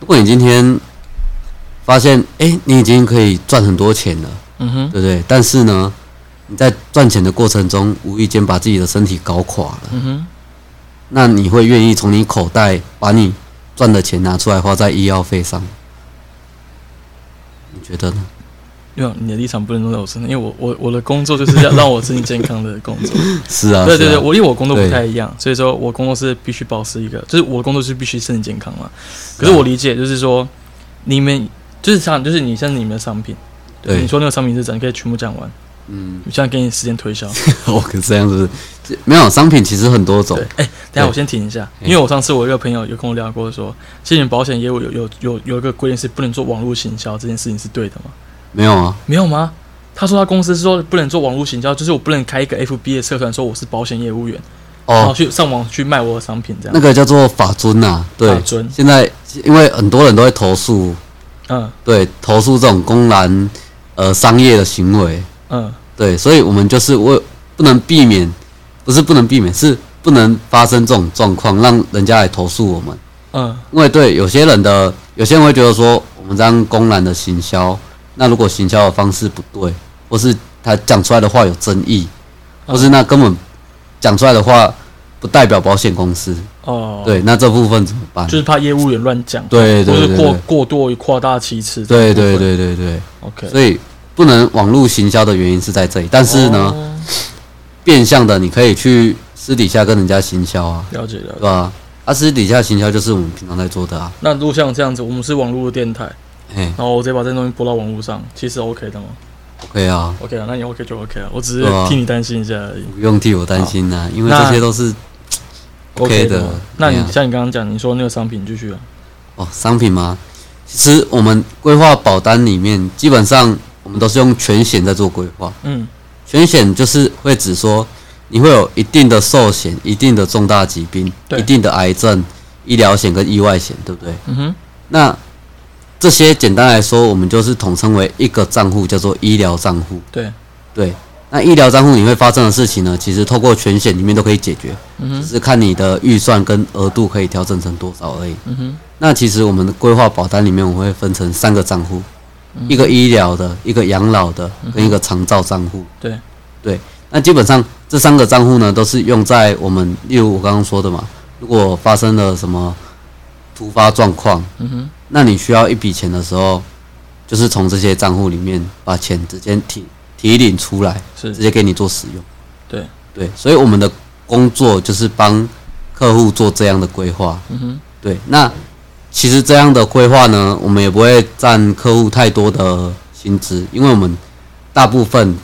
Speaker 2: 如果你今天发现，哎、你已经可以赚很多钱了，
Speaker 1: 嗯哼，
Speaker 2: 对不对？但是呢，你在赚钱的过程中，无意间把自己的身体搞垮了，
Speaker 1: 嗯哼，
Speaker 2: 那你会愿意从你口袋把你赚的钱拿出来花在医药费上？你觉得呢？
Speaker 1: 因为你的立场不能让我承认，因为我我我的工作就是要让我身体健康的工作。
Speaker 2: 是啊，
Speaker 1: 对对
Speaker 2: 是
Speaker 1: 对，
Speaker 2: 啊
Speaker 1: 我因为我工作不
Speaker 2: 对
Speaker 1: 太一样，所以说我工作是必须保持一个，就是我的工作是必须身体健康嘛。
Speaker 2: 啊
Speaker 1: 可是我理解就是说，你们就是像就是你像你们的商品，
Speaker 2: 对
Speaker 1: 你说那个商品是怎样，你可以全部讲完，
Speaker 2: 嗯，
Speaker 1: 我现在给你时间推 销。
Speaker 2: 我可这样子，这没有商品其实很多种
Speaker 1: 对，哎、等一下
Speaker 2: 对
Speaker 1: 我先停一下，
Speaker 2: 嗯
Speaker 1: 因为我上次我一个朋友有跟我聊过说，其实你们保险业务有有有有一个规定是不能做网络行销，这件事情是对的吗？
Speaker 2: 没有啊？
Speaker 1: 没有吗？他说他公司是说不能做网络行销，就是我不能开一个 FB 的社团说我是保险业务员，然后
Speaker 2: 哦，
Speaker 1: 去上网去卖我的商品这样。
Speaker 2: 那个叫做法尊呐、对
Speaker 1: 法，尊
Speaker 2: 现在因为很多人都会投诉，
Speaker 1: 嗯
Speaker 2: 对，投诉这种公然呃商业的行为，
Speaker 1: 嗯
Speaker 2: 对，所以我们就是为不能避免，不是不能避免，是不能发生这种状况，让人家来投诉我们。
Speaker 1: 嗯
Speaker 2: 因为对有些人的，有些人会觉得说，我们这样公然的行销，那如果行销的方式不对，或是他讲出来的话有争议，或是那根本讲出来的话不代表保险公司，
Speaker 1: 哦，，
Speaker 2: 对，那这部分怎么办？
Speaker 1: 就是怕业务员乱讲，
Speaker 2: 对
Speaker 1: 或
Speaker 2: 对
Speaker 1: 是
Speaker 2: 对
Speaker 1: 过
Speaker 2: 对
Speaker 1: 过多于夸大其词。
Speaker 2: 对对对对对，
Speaker 1: ，OK。
Speaker 2: 所以不能网络行销的原因是在这里，但是呢。
Speaker 1: 哦
Speaker 2: 变相的，你可以去私底下跟人家行销啊，
Speaker 1: 了解了
Speaker 2: 对
Speaker 1: 解。
Speaker 2: 吧、啊？私底下行销就是我们平常在做的啊，
Speaker 1: 那如果像这样子，我们是网络的电台，
Speaker 2: 嘿，
Speaker 1: 然后我直接把这东西播到网络上，其实 OK 的吗
Speaker 2: 可以啊，
Speaker 1: ？OK 啊，那你 OK 就 OK 啊，我只是
Speaker 2: 对啊
Speaker 1: 替你担心一下而已。
Speaker 2: 不用替我担心呐、因为
Speaker 1: 那
Speaker 2: 这些都是 OK 的
Speaker 1: 吗那你
Speaker 2: 对啊
Speaker 1: 像你刚刚讲，你说那个商品继续啊，
Speaker 2: 哦商品吗？其实我们规划保单里面，基本上我们都是用全险在做规划。
Speaker 1: 嗯
Speaker 2: 全险就是会指说，你会有一定的寿险、一定的重大疾病、
Speaker 1: 对
Speaker 2: 一定的癌症、医疗险跟意外险，对不对？
Speaker 1: 嗯哼，
Speaker 2: 那这些简单来说，我们就是统称为一个账户，叫做医疗账户。
Speaker 1: 对，
Speaker 2: 对，那医疗账户你会发生的事情呢，其实透过全险里面都可以解决，
Speaker 1: 嗯
Speaker 2: 只
Speaker 1: 哼，
Speaker 2: 是看你的预算跟额度可以调整成多少而已。
Speaker 1: 嗯哼，
Speaker 2: 那其实我们的规划保单里面，我们会分成三个账户，一个医疗的，一个养老的，跟一个长照账户。
Speaker 1: 对，
Speaker 2: 对，那基本上这三个账户呢，都是用在我们，例如我刚刚说的嘛，如果发生了什么突发状况，
Speaker 1: 嗯哼，
Speaker 2: 那你需要一笔钱的时候，就是从这些账户里面把钱直接提提领出来，直
Speaker 1: 是
Speaker 2: 接给你做使用。
Speaker 1: 对
Speaker 2: 对，所以我们的工作就是帮客户做这样的规划。
Speaker 1: 嗯哼，
Speaker 2: 对，那其实这样的规划呢，我们也不会占客户太多的薪资，因为我们大部分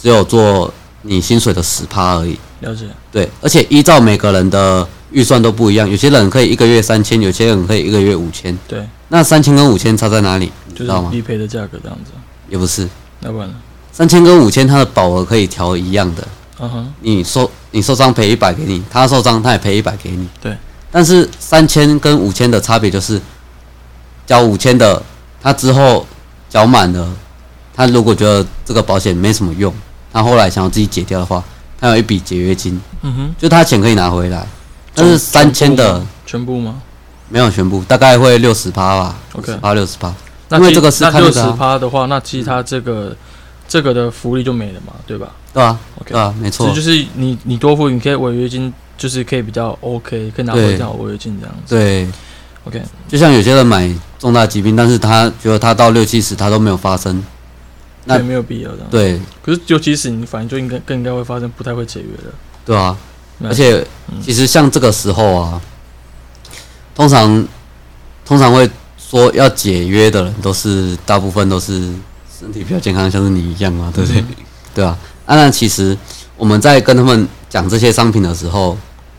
Speaker 2: 只有做你薪水的十趴而已。
Speaker 1: 了解，
Speaker 2: 对，而且依照每个人的预算都不一样，有些人可以一个月三千，有些人可以一个月五千。
Speaker 1: 对，
Speaker 2: 那三千跟五千差在哪里？你
Speaker 1: 就
Speaker 2: 知
Speaker 1: 是
Speaker 2: 道吗？
Speaker 1: 理赔的价格这样子，
Speaker 2: 也不是，
Speaker 1: 要不然呢？
Speaker 2: 三千跟五千它的保额可以调一样的，
Speaker 1: 嗯哼，
Speaker 2: 你受你受伤赔一百给你，他受伤他也赔一百给你。
Speaker 1: 对。
Speaker 2: 但是三千跟五千的差别就是，交五千的他之后缴满了，他如果觉得这个保险没什么用，他后来想要自己解掉的话，他有一笔解约金，
Speaker 1: 嗯哼，
Speaker 2: 就他钱可以拿回来。但是三千的
Speaker 1: 全部吗？
Speaker 2: 没有全部，大概会六十趴吧，五
Speaker 1: OK
Speaker 2: 十趴六十趴。
Speaker 1: 那
Speaker 2: 因为
Speaker 1: 其
Speaker 2: 这个是
Speaker 1: 那
Speaker 2: 看
Speaker 1: 六
Speaker 2: 那
Speaker 1: 十
Speaker 2: 个啊嗯
Speaker 1: 趴的话，那其实它这个这个的福利就没了嘛，对吧？
Speaker 2: 对啊，
Speaker 1: OK
Speaker 2: 对啊，没
Speaker 1: 所
Speaker 2: 错
Speaker 1: 以，就是你你多付，你可以违约金，就是可以比较 OK，可以拿回这
Speaker 2: 对
Speaker 1: 样违约金这样子。
Speaker 2: 对，
Speaker 1: OK，
Speaker 2: 就像有些人买重大疾病，但是他觉得他到六七十他都没有发生，那
Speaker 1: 也没有必要这样。，
Speaker 2: 对，
Speaker 1: 可是尤其是你反正就应该更应该会发生不太会解约的。
Speaker 2: 对啊，
Speaker 1: 那
Speaker 2: 而且
Speaker 1: 嗯
Speaker 2: 其实像这个时候啊，通常通常会说要解约的人都是大部分都是身体比较健康，像是你一样嘛，对
Speaker 1: 嗯
Speaker 2: 不对？对啊，啊，那其实我们在跟他们讲这些商品的时候，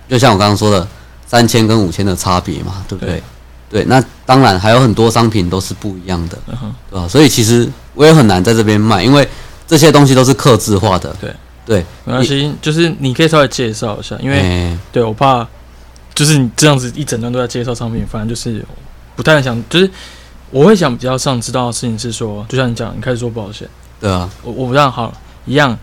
Speaker 2: 就像我刚刚说的，三千跟五千的差别嘛，对不对？对，那当然还有很多商品都是不一样的，
Speaker 1: 嗯哼，
Speaker 2: 对吧、啊所以其实我也很难在这边卖，因为这些东西都是克制化的。
Speaker 1: 对
Speaker 2: 对，
Speaker 1: 没关系，就是你可以稍微介绍一下，因为、
Speaker 2: 哎
Speaker 1: 对我怕就是你这样子一整段都在介绍商品，反正就是不太想，就是我会想比较想知道的事情是说，就像你讲，你开始做保险，
Speaker 2: 对啊，
Speaker 1: 我我不让好一样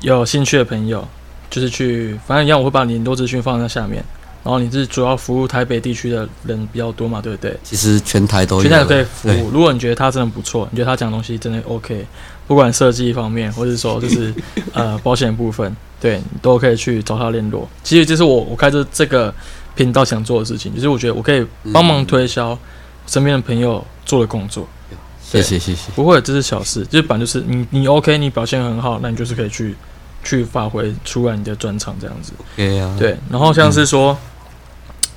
Speaker 1: 有兴趣的朋友，就是去反正一样，我会把你联络资讯放在下面。然后你是主要服务台北地区的人比较多嘛，对不对？
Speaker 2: 其实全台都有
Speaker 1: 全台
Speaker 2: 了，
Speaker 1: 有对服务。如果你觉得他真的不错，你觉得他讲的东西真的 OK，不管设计方面，或者说就是 呃保险部分，对你都可以去找他联络。其实这是我我开这这个频道想做的事情，就是我觉得我可以
Speaker 2: 嗯
Speaker 1: 帮忙推销身边的朋友做的工作。
Speaker 2: 谢谢谢谢，
Speaker 1: 不会，这是小事。就是本来就是你你 OK，你表现很好，那你就是可以去去发挥出来你的专长这样子。
Speaker 2: 对啊，
Speaker 1: 对，然后像是说，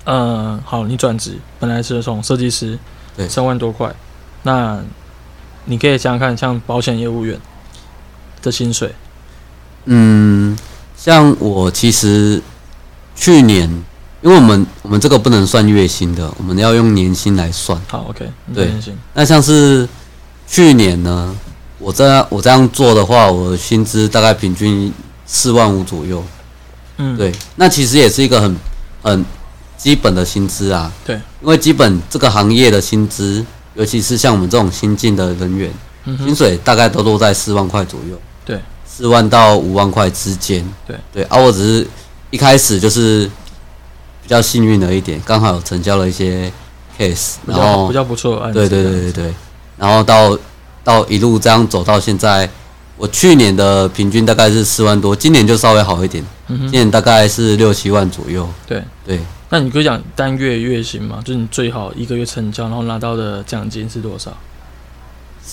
Speaker 1: 嗯、呃，好，你转职本来是从设计师，
Speaker 2: 对
Speaker 1: 三万多块，那你可以想想看，像保险业务员的薪水，
Speaker 2: 嗯，像我其实去年，因为我们我们这个不能算月薪的，我们要用年薪来算。
Speaker 1: 好，OK，你
Speaker 2: 对
Speaker 1: 开心，
Speaker 2: 那像是去年呢，我这样我这样做的话，我的薪资大概平均四万五左右。
Speaker 1: 嗯，，
Speaker 2: 对，那其实也是一个很很基本的薪资啊。
Speaker 1: 对，
Speaker 2: 因为基本这个行业的薪资，尤其是像我们这种新进的人员，
Speaker 1: 嗯
Speaker 2: 薪
Speaker 1: 哼，
Speaker 2: 水大概都落在四万块左右。
Speaker 1: 对，
Speaker 2: 四万到五万块之间。
Speaker 1: 对
Speaker 2: 对，啊，我只是一开始就是比较幸运了一点，刚好成交了一些 case，
Speaker 1: 比
Speaker 2: 然
Speaker 1: 较
Speaker 2: 后
Speaker 1: 比较不错的案子，
Speaker 2: 对对对对，对，然后到到一路这样走到现在，我去年的平均大概是四万多，今年就稍微好一点，
Speaker 1: 嗯
Speaker 2: 今
Speaker 1: 哼，
Speaker 2: 年大概是六七万左右。
Speaker 1: 对
Speaker 2: 对，
Speaker 1: 那你可以讲单月月薪嘛，就是你最好一个月成交，然后拿到的奖金是多少？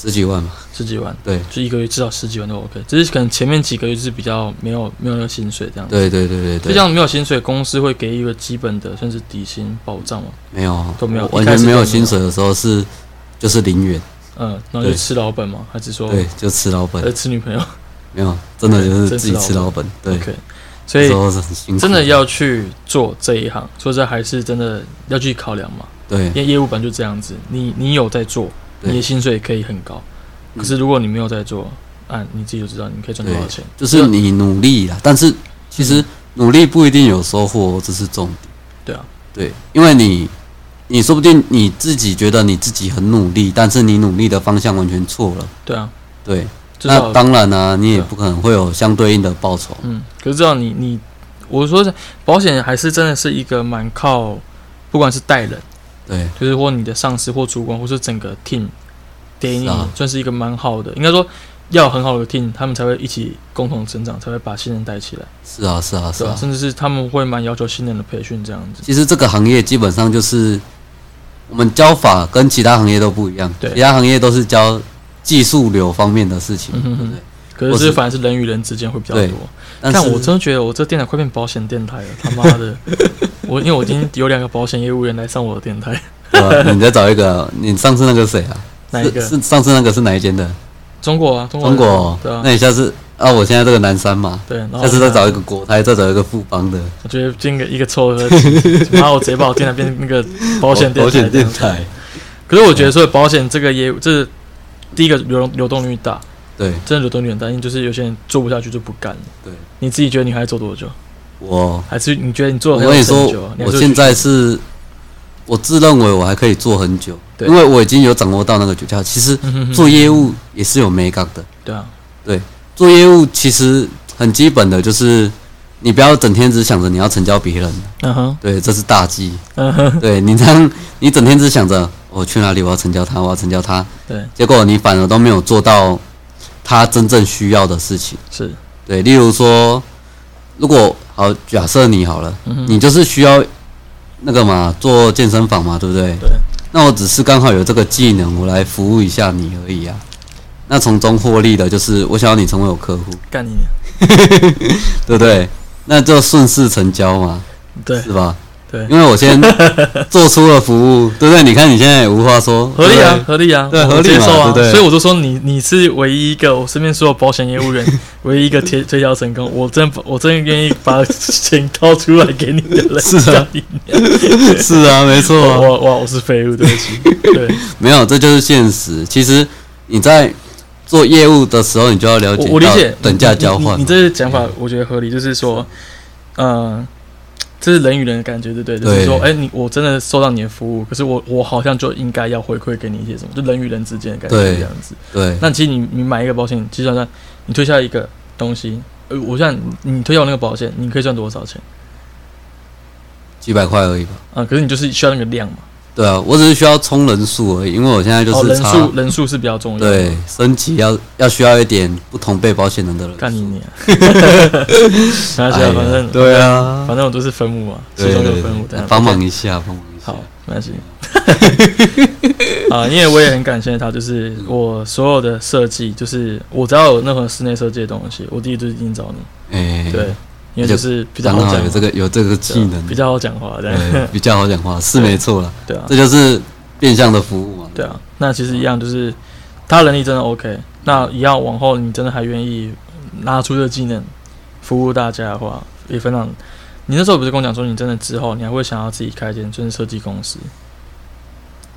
Speaker 2: 十几万嘛。
Speaker 1: 十几万，
Speaker 2: 对
Speaker 1: 就一个月至少十几万都 OK，只是可能前面几个月就是比较没有没有那个薪水这样子。
Speaker 2: 对对对对
Speaker 1: 就
Speaker 2: 对，
Speaker 1: 像没有薪水，公司会给一个基本的，算是底薪保障嘛。
Speaker 2: 没有
Speaker 1: 都没有
Speaker 2: 我完
Speaker 1: 一开
Speaker 2: 全
Speaker 1: 始都没
Speaker 2: 没有
Speaker 1: 有
Speaker 2: 薪水的时候是就是零元，
Speaker 1: 嗯，然后就
Speaker 2: 对
Speaker 1: 吃老本嘛，还是说
Speaker 2: 对，就吃老本
Speaker 1: 呃，吃女朋友
Speaker 2: 没有，真的就是
Speaker 1: 真
Speaker 2: 自己
Speaker 1: 吃
Speaker 2: 吃
Speaker 1: 老
Speaker 2: 老本。 对，
Speaker 1: ？OK，所
Speaker 2: 那
Speaker 1: 以
Speaker 2: 时候是很辛苦，
Speaker 1: 真的要去做这一行，说这还是真的要去考量嘛，
Speaker 2: 对
Speaker 1: 因为业务本来就这样子，你你有在做，
Speaker 2: 对嗯
Speaker 1: 你的薪水可以很高，可是如果你没有在做，啊，你自己就知道你可以赚多少钱。
Speaker 2: 就是你努力啊，但是其实努力不一定有收获，这是重点。
Speaker 1: 嗯对啊，
Speaker 2: 对，因为你，你说不定你自己觉得你自己很努力，但是你努力的方向完全错了。
Speaker 1: 对啊，
Speaker 2: 对，
Speaker 1: 至
Speaker 2: 那
Speaker 1: 少
Speaker 2: 当然啊，你也
Speaker 1: 对啊
Speaker 2: 不可能会有相对应的报酬。
Speaker 1: 嗯，可是至少你你，我说是保险还是真的是一个蛮靠，不管是带人。
Speaker 2: 对，
Speaker 1: 就是或你的上司或主管，或是整个 team 给你
Speaker 2: 是啊
Speaker 1: 算是一个蛮好的，应该说要有很好的 team，他们才会一起共同成长，才会把新人带起来，
Speaker 2: 是啊，是啊，是
Speaker 1: 对吧、
Speaker 2: 啊。
Speaker 1: 甚至是他们会蛮要求新人的培训这样子，
Speaker 2: 其实这个行业基本上就是我们教法跟其他行业都不一样，
Speaker 1: 对
Speaker 2: 其他行业都是教技术流方面的事情，
Speaker 1: 嗯哼
Speaker 2: 对
Speaker 1: 哼
Speaker 2: 不对？
Speaker 1: 可
Speaker 2: 我
Speaker 1: 是
Speaker 2: 是
Speaker 1: 反而是人与人之间会比较
Speaker 2: 对
Speaker 1: 多。
Speaker 2: 但
Speaker 1: 但
Speaker 2: 是
Speaker 1: 我真的觉得我这电台快变保险电 台了，他妈的！我因为我已经有两个保险业务员来上我的电台，
Speaker 2: 对吧你再找一个啊，你上次那个谁啊？
Speaker 1: 哪一个
Speaker 2: 是是上次那个是哪一间的？
Speaker 1: 中国啊，中国人
Speaker 2: 中国哦。
Speaker 1: 对啊哦
Speaker 2: 那，你下次啊，我现在这个南山嘛，
Speaker 1: 对，啊然后
Speaker 2: 下次再
Speaker 1: 他
Speaker 2: 找一个国泰，再找一个富邦的
Speaker 1: 我觉得进个一个凑合， 然后我直接把我电台变成那个保险啊电
Speaker 2: 保
Speaker 1: 台这
Speaker 2: 险
Speaker 1: 样子。
Speaker 2: 电台，
Speaker 1: 可是我觉得说保险这个业务，这是第一个流动流动率大，
Speaker 2: 对
Speaker 1: 真的流动率很大，因为就是有些人做不下去就不干了。
Speaker 2: 对，
Speaker 1: 你自己觉得你还做多久？
Speaker 2: 我，
Speaker 1: 还是你觉得你做
Speaker 2: 我
Speaker 1: 了很有
Speaker 2: 跟你说
Speaker 1: 成就啊？，你还
Speaker 2: 我
Speaker 1: 做
Speaker 2: 现在是，我自认为我还可以做很久，
Speaker 1: 对
Speaker 2: 因为我已经有掌握到那个诀窍。其实
Speaker 1: 嗯哼哼
Speaker 2: 做业务也是有美感的，
Speaker 1: 对啊，
Speaker 2: 做业务其实很基本的就是，你不要整天只想着你要成交别人，
Speaker 1: 嗯哼，
Speaker 2: 对，这是大忌。
Speaker 1: 嗯哼，
Speaker 2: 对你这样，你整天只想着我去哪里，我要成交他，我要成交他，
Speaker 1: 对，
Speaker 2: 结果你反而都没有做到他真正需要的事情。
Speaker 1: 是，
Speaker 2: 对，例如说，如果好假设你好了，
Speaker 1: 嗯哼，
Speaker 2: 你就是需要那个嘛，做健身房嘛，对不对？
Speaker 1: 对，
Speaker 2: 那我只是刚好有这个技能，我来服务一下你而已啊。那从中获利的就是我想要你成为我客户，
Speaker 1: 干你，
Speaker 2: 对不对？那就顺势成交嘛，
Speaker 1: 对
Speaker 2: 是吧？
Speaker 1: 对
Speaker 2: 因为 我先做出了服务，对不对？你看你现在也无话说，
Speaker 1: 合理
Speaker 2: 对
Speaker 1: 啊，
Speaker 2: 不对，
Speaker 1: 合理啊，
Speaker 2: 对
Speaker 1: 我
Speaker 2: 合理
Speaker 1: 接
Speaker 2: 嘛
Speaker 1: 受啊，
Speaker 2: 对不对
Speaker 1: 所以我就说你你是唯一一个我身边所有保险业务员唯一一个推推销成功，我真我真愿意把钱掏出来给你的人，
Speaker 2: 是 啊
Speaker 1: 干你
Speaker 2: 是 啊，没错
Speaker 1: 我
Speaker 2: 啊。
Speaker 1: 我我我是废物，对不 起，对。
Speaker 2: 没有，这就是现实。其实你在做业务的时候，你就要了解
Speaker 1: 我
Speaker 2: 到
Speaker 1: 我理解
Speaker 2: 等价交换
Speaker 1: 你
Speaker 2: 嘛。
Speaker 1: 你你这个讲法我觉得合理，就是说，呃，这是人与人的感觉，对不对？就是
Speaker 2: 对
Speaker 1: 说，哎、你我真的受到你的服务，可是我我好像就应该要回馈给你一些什么，就人与人之间的感觉
Speaker 2: 对
Speaker 1: 这样子。
Speaker 2: 对
Speaker 1: 那其实你你买一个保险，其实上你推销一个东西，呃，我像你推销那个保险，你可以赚多少钱？
Speaker 2: 几百块而已吧。
Speaker 1: 啊，可是你就是需要那个量嘛。
Speaker 2: 对啊，我只是需要冲人数而已，因为我现在就
Speaker 1: 哦，
Speaker 2: 是
Speaker 1: 人
Speaker 2: 差、
Speaker 1: 数人数是比较重要的。
Speaker 2: 对升级要要需要一点不同被保险人的人数。
Speaker 1: 干你 娘！没关系
Speaker 2: 哎
Speaker 1: 啊，
Speaker 2: 呀
Speaker 1: 反正
Speaker 2: 对，啊，
Speaker 1: 反正我都是分母嘛，
Speaker 2: 对
Speaker 1: 其中就有分母
Speaker 2: 对，
Speaker 1: 但
Speaker 2: 帮忙一下，帮忙一下
Speaker 1: 好。，没关系。啊，因为我也很感谢他，就是我所有的设计，就是我只要有任何室内设计的东西，我第一就是一定找你。
Speaker 2: 哎，
Speaker 1: 对，，因为就是比较
Speaker 2: 刚
Speaker 1: 好
Speaker 2: 好
Speaker 1: 讲
Speaker 2: 有
Speaker 1: 话啊
Speaker 2: 这个有这个技能，
Speaker 1: 比较好讲话这样。
Speaker 2: 对嗯比较好讲话，是没错啦。
Speaker 1: 对啊，
Speaker 2: 这就是变相的服务嘛。
Speaker 1: 对啊，那其实一样，就是他能力真的 OK，那一样往后你真的还愿意拿出这个技能服务大家的话，也非常。你那时候不是跟我讲说，你真的之后你还会想要自己开一间就是设计公司，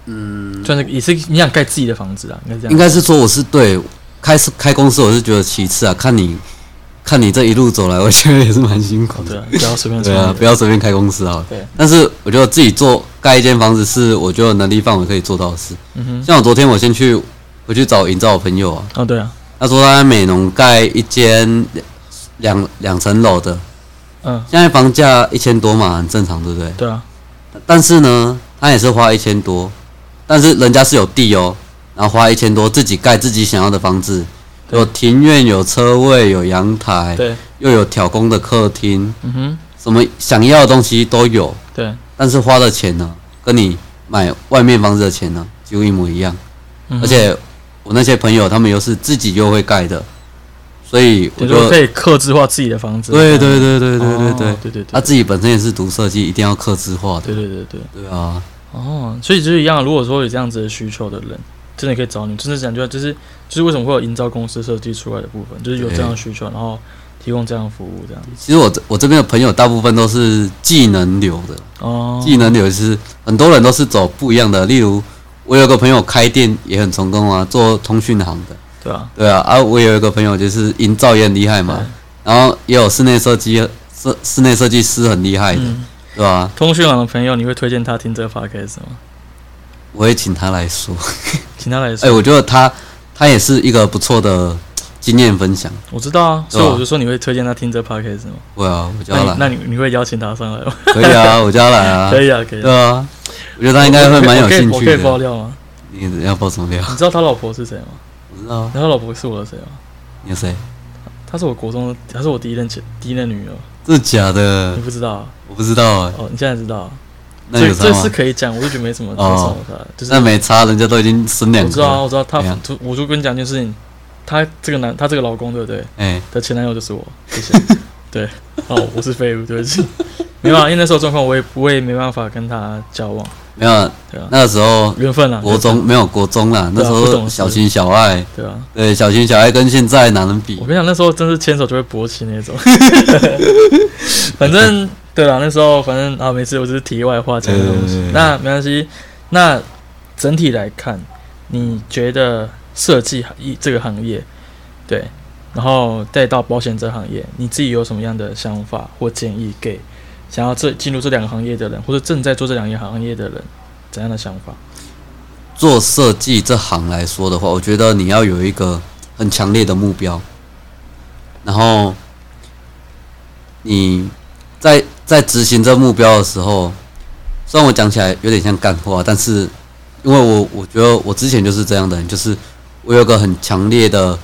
Speaker 2: 嗯，
Speaker 1: 算是也是你想盖自己的房子啊，应该这样。
Speaker 2: 应该是说我是对开始开公司，我是觉得其次啊，看你看你这一路走来，我觉得也是蛮辛苦
Speaker 1: 对
Speaker 2: 的。
Speaker 1: 啊，不要随便
Speaker 2: 对
Speaker 1: 创
Speaker 2: 啊，
Speaker 1: 业。
Speaker 2: 不要随便开公司啊。
Speaker 1: 对，
Speaker 2: 但是我觉得自己做盖一间房子是我觉得能力范围可以做到的事。
Speaker 1: 嗯哼，
Speaker 2: 像我昨天我先去回去找营造我朋友啊，
Speaker 1: 哦对啊，
Speaker 2: 他说他在美浓盖一间两两层楼的，
Speaker 1: 嗯，
Speaker 2: 现在房价一千多嘛，很正常，对不对？
Speaker 1: 对啊，
Speaker 2: 但是呢，他也是花一千多，但是人家是有地哦，然后花一千多自己盖自己想要的房子，
Speaker 1: 对
Speaker 2: 有庭院、有车位、有阳台，
Speaker 1: 对，
Speaker 2: 又有挑工的客厅，
Speaker 1: 嗯哼，
Speaker 2: 什么想要的东西都有，
Speaker 1: 对，
Speaker 2: 但是花的钱呢，跟你买外面房子的钱呢，几乎一模一样。
Speaker 1: 嗯哼
Speaker 2: 而且我那些朋友他们又是自己又会盖的，所以我
Speaker 1: 也
Speaker 2: 就
Speaker 1: 就是可以克制化自己的房子。
Speaker 2: 对对对对对对
Speaker 1: 哦
Speaker 2: 对，
Speaker 1: 对对对
Speaker 2: 他自己本身也是读设计，一定要刻字化的。
Speaker 1: 对对对对。
Speaker 2: 对啊，
Speaker 1: 哦，所以就是一样。如果说有这样子的需求的人，真的可以找你。真的讲究就是就是为什么会有营造公司设计出来的部分，就是有这样的需求，然后提供这样的服务，这样子。
Speaker 2: 其实我这我这边的朋友大部分都是技能流的，
Speaker 1: 哦，
Speaker 2: 技能流是很多人都是走不一样的。例如，我有个朋友开店也很成功啊，做通讯行的。
Speaker 1: 对啊，
Speaker 2: 对啊，啊，我有一个朋友就是营造也很厉害嘛，然后也有室内设计室室内设计师很厉害的，
Speaker 1: 嗯，
Speaker 2: 对吧、啊？
Speaker 1: 通讯行的朋友，你会推荐他听这个 podcast 吗？
Speaker 2: 我会请他来说。
Speaker 1: 请他来说。
Speaker 2: 哎、我觉得他他也是一个不错的经验分享。
Speaker 1: 我知道啊，
Speaker 2: 对
Speaker 1: 所
Speaker 2: 啊
Speaker 1: 以我就说你会推荐他听这 podcast 吗？
Speaker 2: 会啊，我叫
Speaker 1: 那
Speaker 2: 他
Speaker 1: 你
Speaker 2: 来，
Speaker 1: 那你你会邀请他上来吗？
Speaker 2: 可以啊，我叫他来啊，
Speaker 1: 可以啊，可以啊。
Speaker 2: 对啊，我觉得他应该会蛮有兴
Speaker 1: 我
Speaker 2: 趣
Speaker 1: 可以我可以我可以爆
Speaker 2: 的。
Speaker 1: 料吗？
Speaker 2: 你要爆什么料？
Speaker 1: 你知道他老婆是谁吗？
Speaker 2: 我知道啊
Speaker 1: 你，知道他老婆是我的谁吗？
Speaker 2: 你有谁？
Speaker 1: 她是我国中的，她是我第一任前第一任女友，
Speaker 2: 真的假的
Speaker 1: 你？不知道啊？
Speaker 2: 我不知道啊，
Speaker 1: 哦，你现在知道啊？
Speaker 2: 那
Speaker 1: 这
Speaker 2: 有差
Speaker 1: 这是
Speaker 2: 吗？
Speaker 1: 可以讲，我就觉得没什么没什
Speaker 2: 哦
Speaker 1: 么的，就是
Speaker 2: 那没差，人家都已经生两
Speaker 1: 我知
Speaker 2: 个
Speaker 1: 道啊，
Speaker 2: 了。
Speaker 1: 我知道他
Speaker 2: 怎样，
Speaker 1: 就我就跟你讲一件事情，他这个男，他这个老公对不对？
Speaker 2: 哎、
Speaker 1: 的前男友就是我，谢 谢。对，哦，我是废物，对不起。没办法，因为那时候状况，我也我也没办法跟他交往，
Speaker 2: 没有，
Speaker 1: 对啊，
Speaker 2: 那个时候
Speaker 1: 缘分啊，
Speaker 2: 国中没有国中啦，那时
Speaker 1: 不懂
Speaker 2: 候
Speaker 1: 事
Speaker 2: 小情小爱，
Speaker 1: 对啊。
Speaker 2: 对，小情小爱跟现在哪能比
Speaker 1: 我？跟你讲，那时候真是牵手就会勃起那 种。反正对啦，那时候反正啊，没事，我只是题外话讲的东西
Speaker 2: 对对对。对
Speaker 1: 那没关系。那整体来看，你觉得设计行业这个行业，对，然后再到保险这行业，你自己有什么样的想法或建议给想要这进入这两个行业的人，或者正在做这两个行业的人，怎样的想法？
Speaker 2: 做设计这行来说的话，我觉得你要有一个很强烈的目标，然后你在在执行这目标的时候，虽然我讲起来有点像干话，但是因为我我觉得我之前就是这样的人，就是我有个很强烈的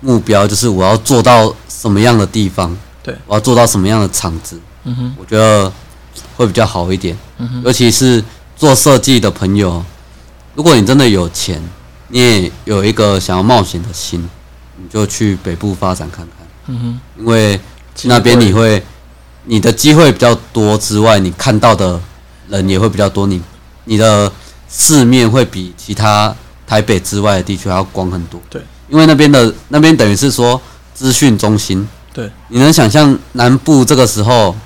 Speaker 2: 目标，就是我要做到什么样的地方，
Speaker 1: 对
Speaker 2: 我要做到什么样的场子，
Speaker 1: 嗯哼，
Speaker 2: 我觉得会比较好一点。
Speaker 1: 嗯哼，
Speaker 2: 尤其是做设计的朋友，如果你真的有钱，你也有一个想要冒险的心，你就去北部发展看看，
Speaker 1: 嗯哼，
Speaker 2: 因为那边你会你的机会比较多之外，你看到的人也会比较多，你你的世面会比其他台北之外的地区还要广很多。
Speaker 1: 对，
Speaker 2: 因为那边的那边等于是说资讯中心。
Speaker 1: 对，
Speaker 2: 你能想象南部这个时候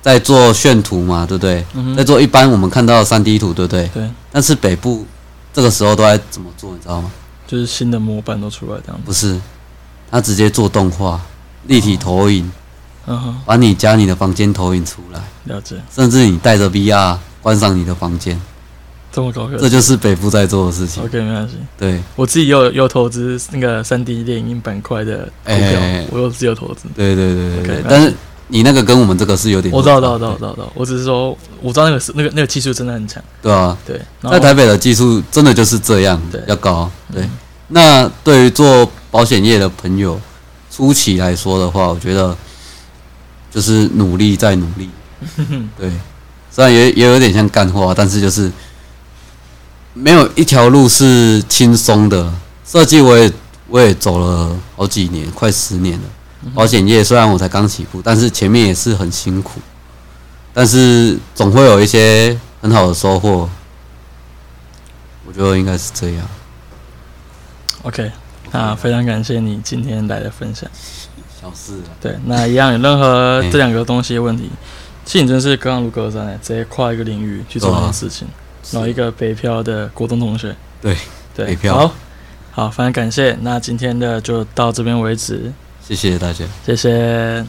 Speaker 2: 在做炫图嘛？对不对？
Speaker 1: 嗯哼
Speaker 2: 在做一般我们看到的三 D 图，对不对？
Speaker 1: 对，
Speaker 2: 但是北部这个时候都在怎么做，你知道吗？
Speaker 1: 就是新的模板都出来这样子。
Speaker 2: 不是，他直接做动画、立体投影，
Speaker 1: 嗯哼，
Speaker 2: 把你家你的房间投影出来，
Speaker 1: 了解，
Speaker 2: 甚至你带着 VR 观赏你的房间，
Speaker 1: 这么高科技
Speaker 2: 这就是北部在做的事情。
Speaker 1: OK，没关系。
Speaker 2: 对
Speaker 1: 我自己也有也有投资那个三 D 电影板块的股票，
Speaker 2: 哎
Speaker 1: 我有自己有投资。
Speaker 2: 对对对对
Speaker 1: OK，
Speaker 2: 对
Speaker 1: 了解
Speaker 2: 但是你那个跟我们这个是有点
Speaker 1: 我知道，我知道，我知道，我知道，我知道我只是说，我知道那个是那个那个技术真的很强，
Speaker 2: 对啊，
Speaker 1: 对。然
Speaker 2: 在
Speaker 1: 后嗯
Speaker 2: 台北的技术真的就是这样，
Speaker 1: 对
Speaker 2: 要高。对，那对于做保险业的朋友，初期来说的话，我觉得就是努力再努 力。对，虽然也也有点像干话，但是就是没有一条路是轻松的。设计我也我也走了好几年，快十年了。保险业虽然我才刚起步，但是前面也是很辛苦，但是总会有一些很好的收获。我觉得应该是这样。
Speaker 1: OK，那非常感谢你今天来的分享。
Speaker 2: 小事啊，
Speaker 1: 对，那一样有任何
Speaker 2: 嗯
Speaker 1: 这两个东西的问题，其实你真是隔行如隔山欸，直接跨一个领域去做这件事情。然后一个北漂的国中同学，
Speaker 2: 哎对
Speaker 1: 对，
Speaker 2: 北漂
Speaker 1: 好，好，非常感谢。那今天的就到这边为止，
Speaker 2: 谢谢大家。
Speaker 1: 谢谢。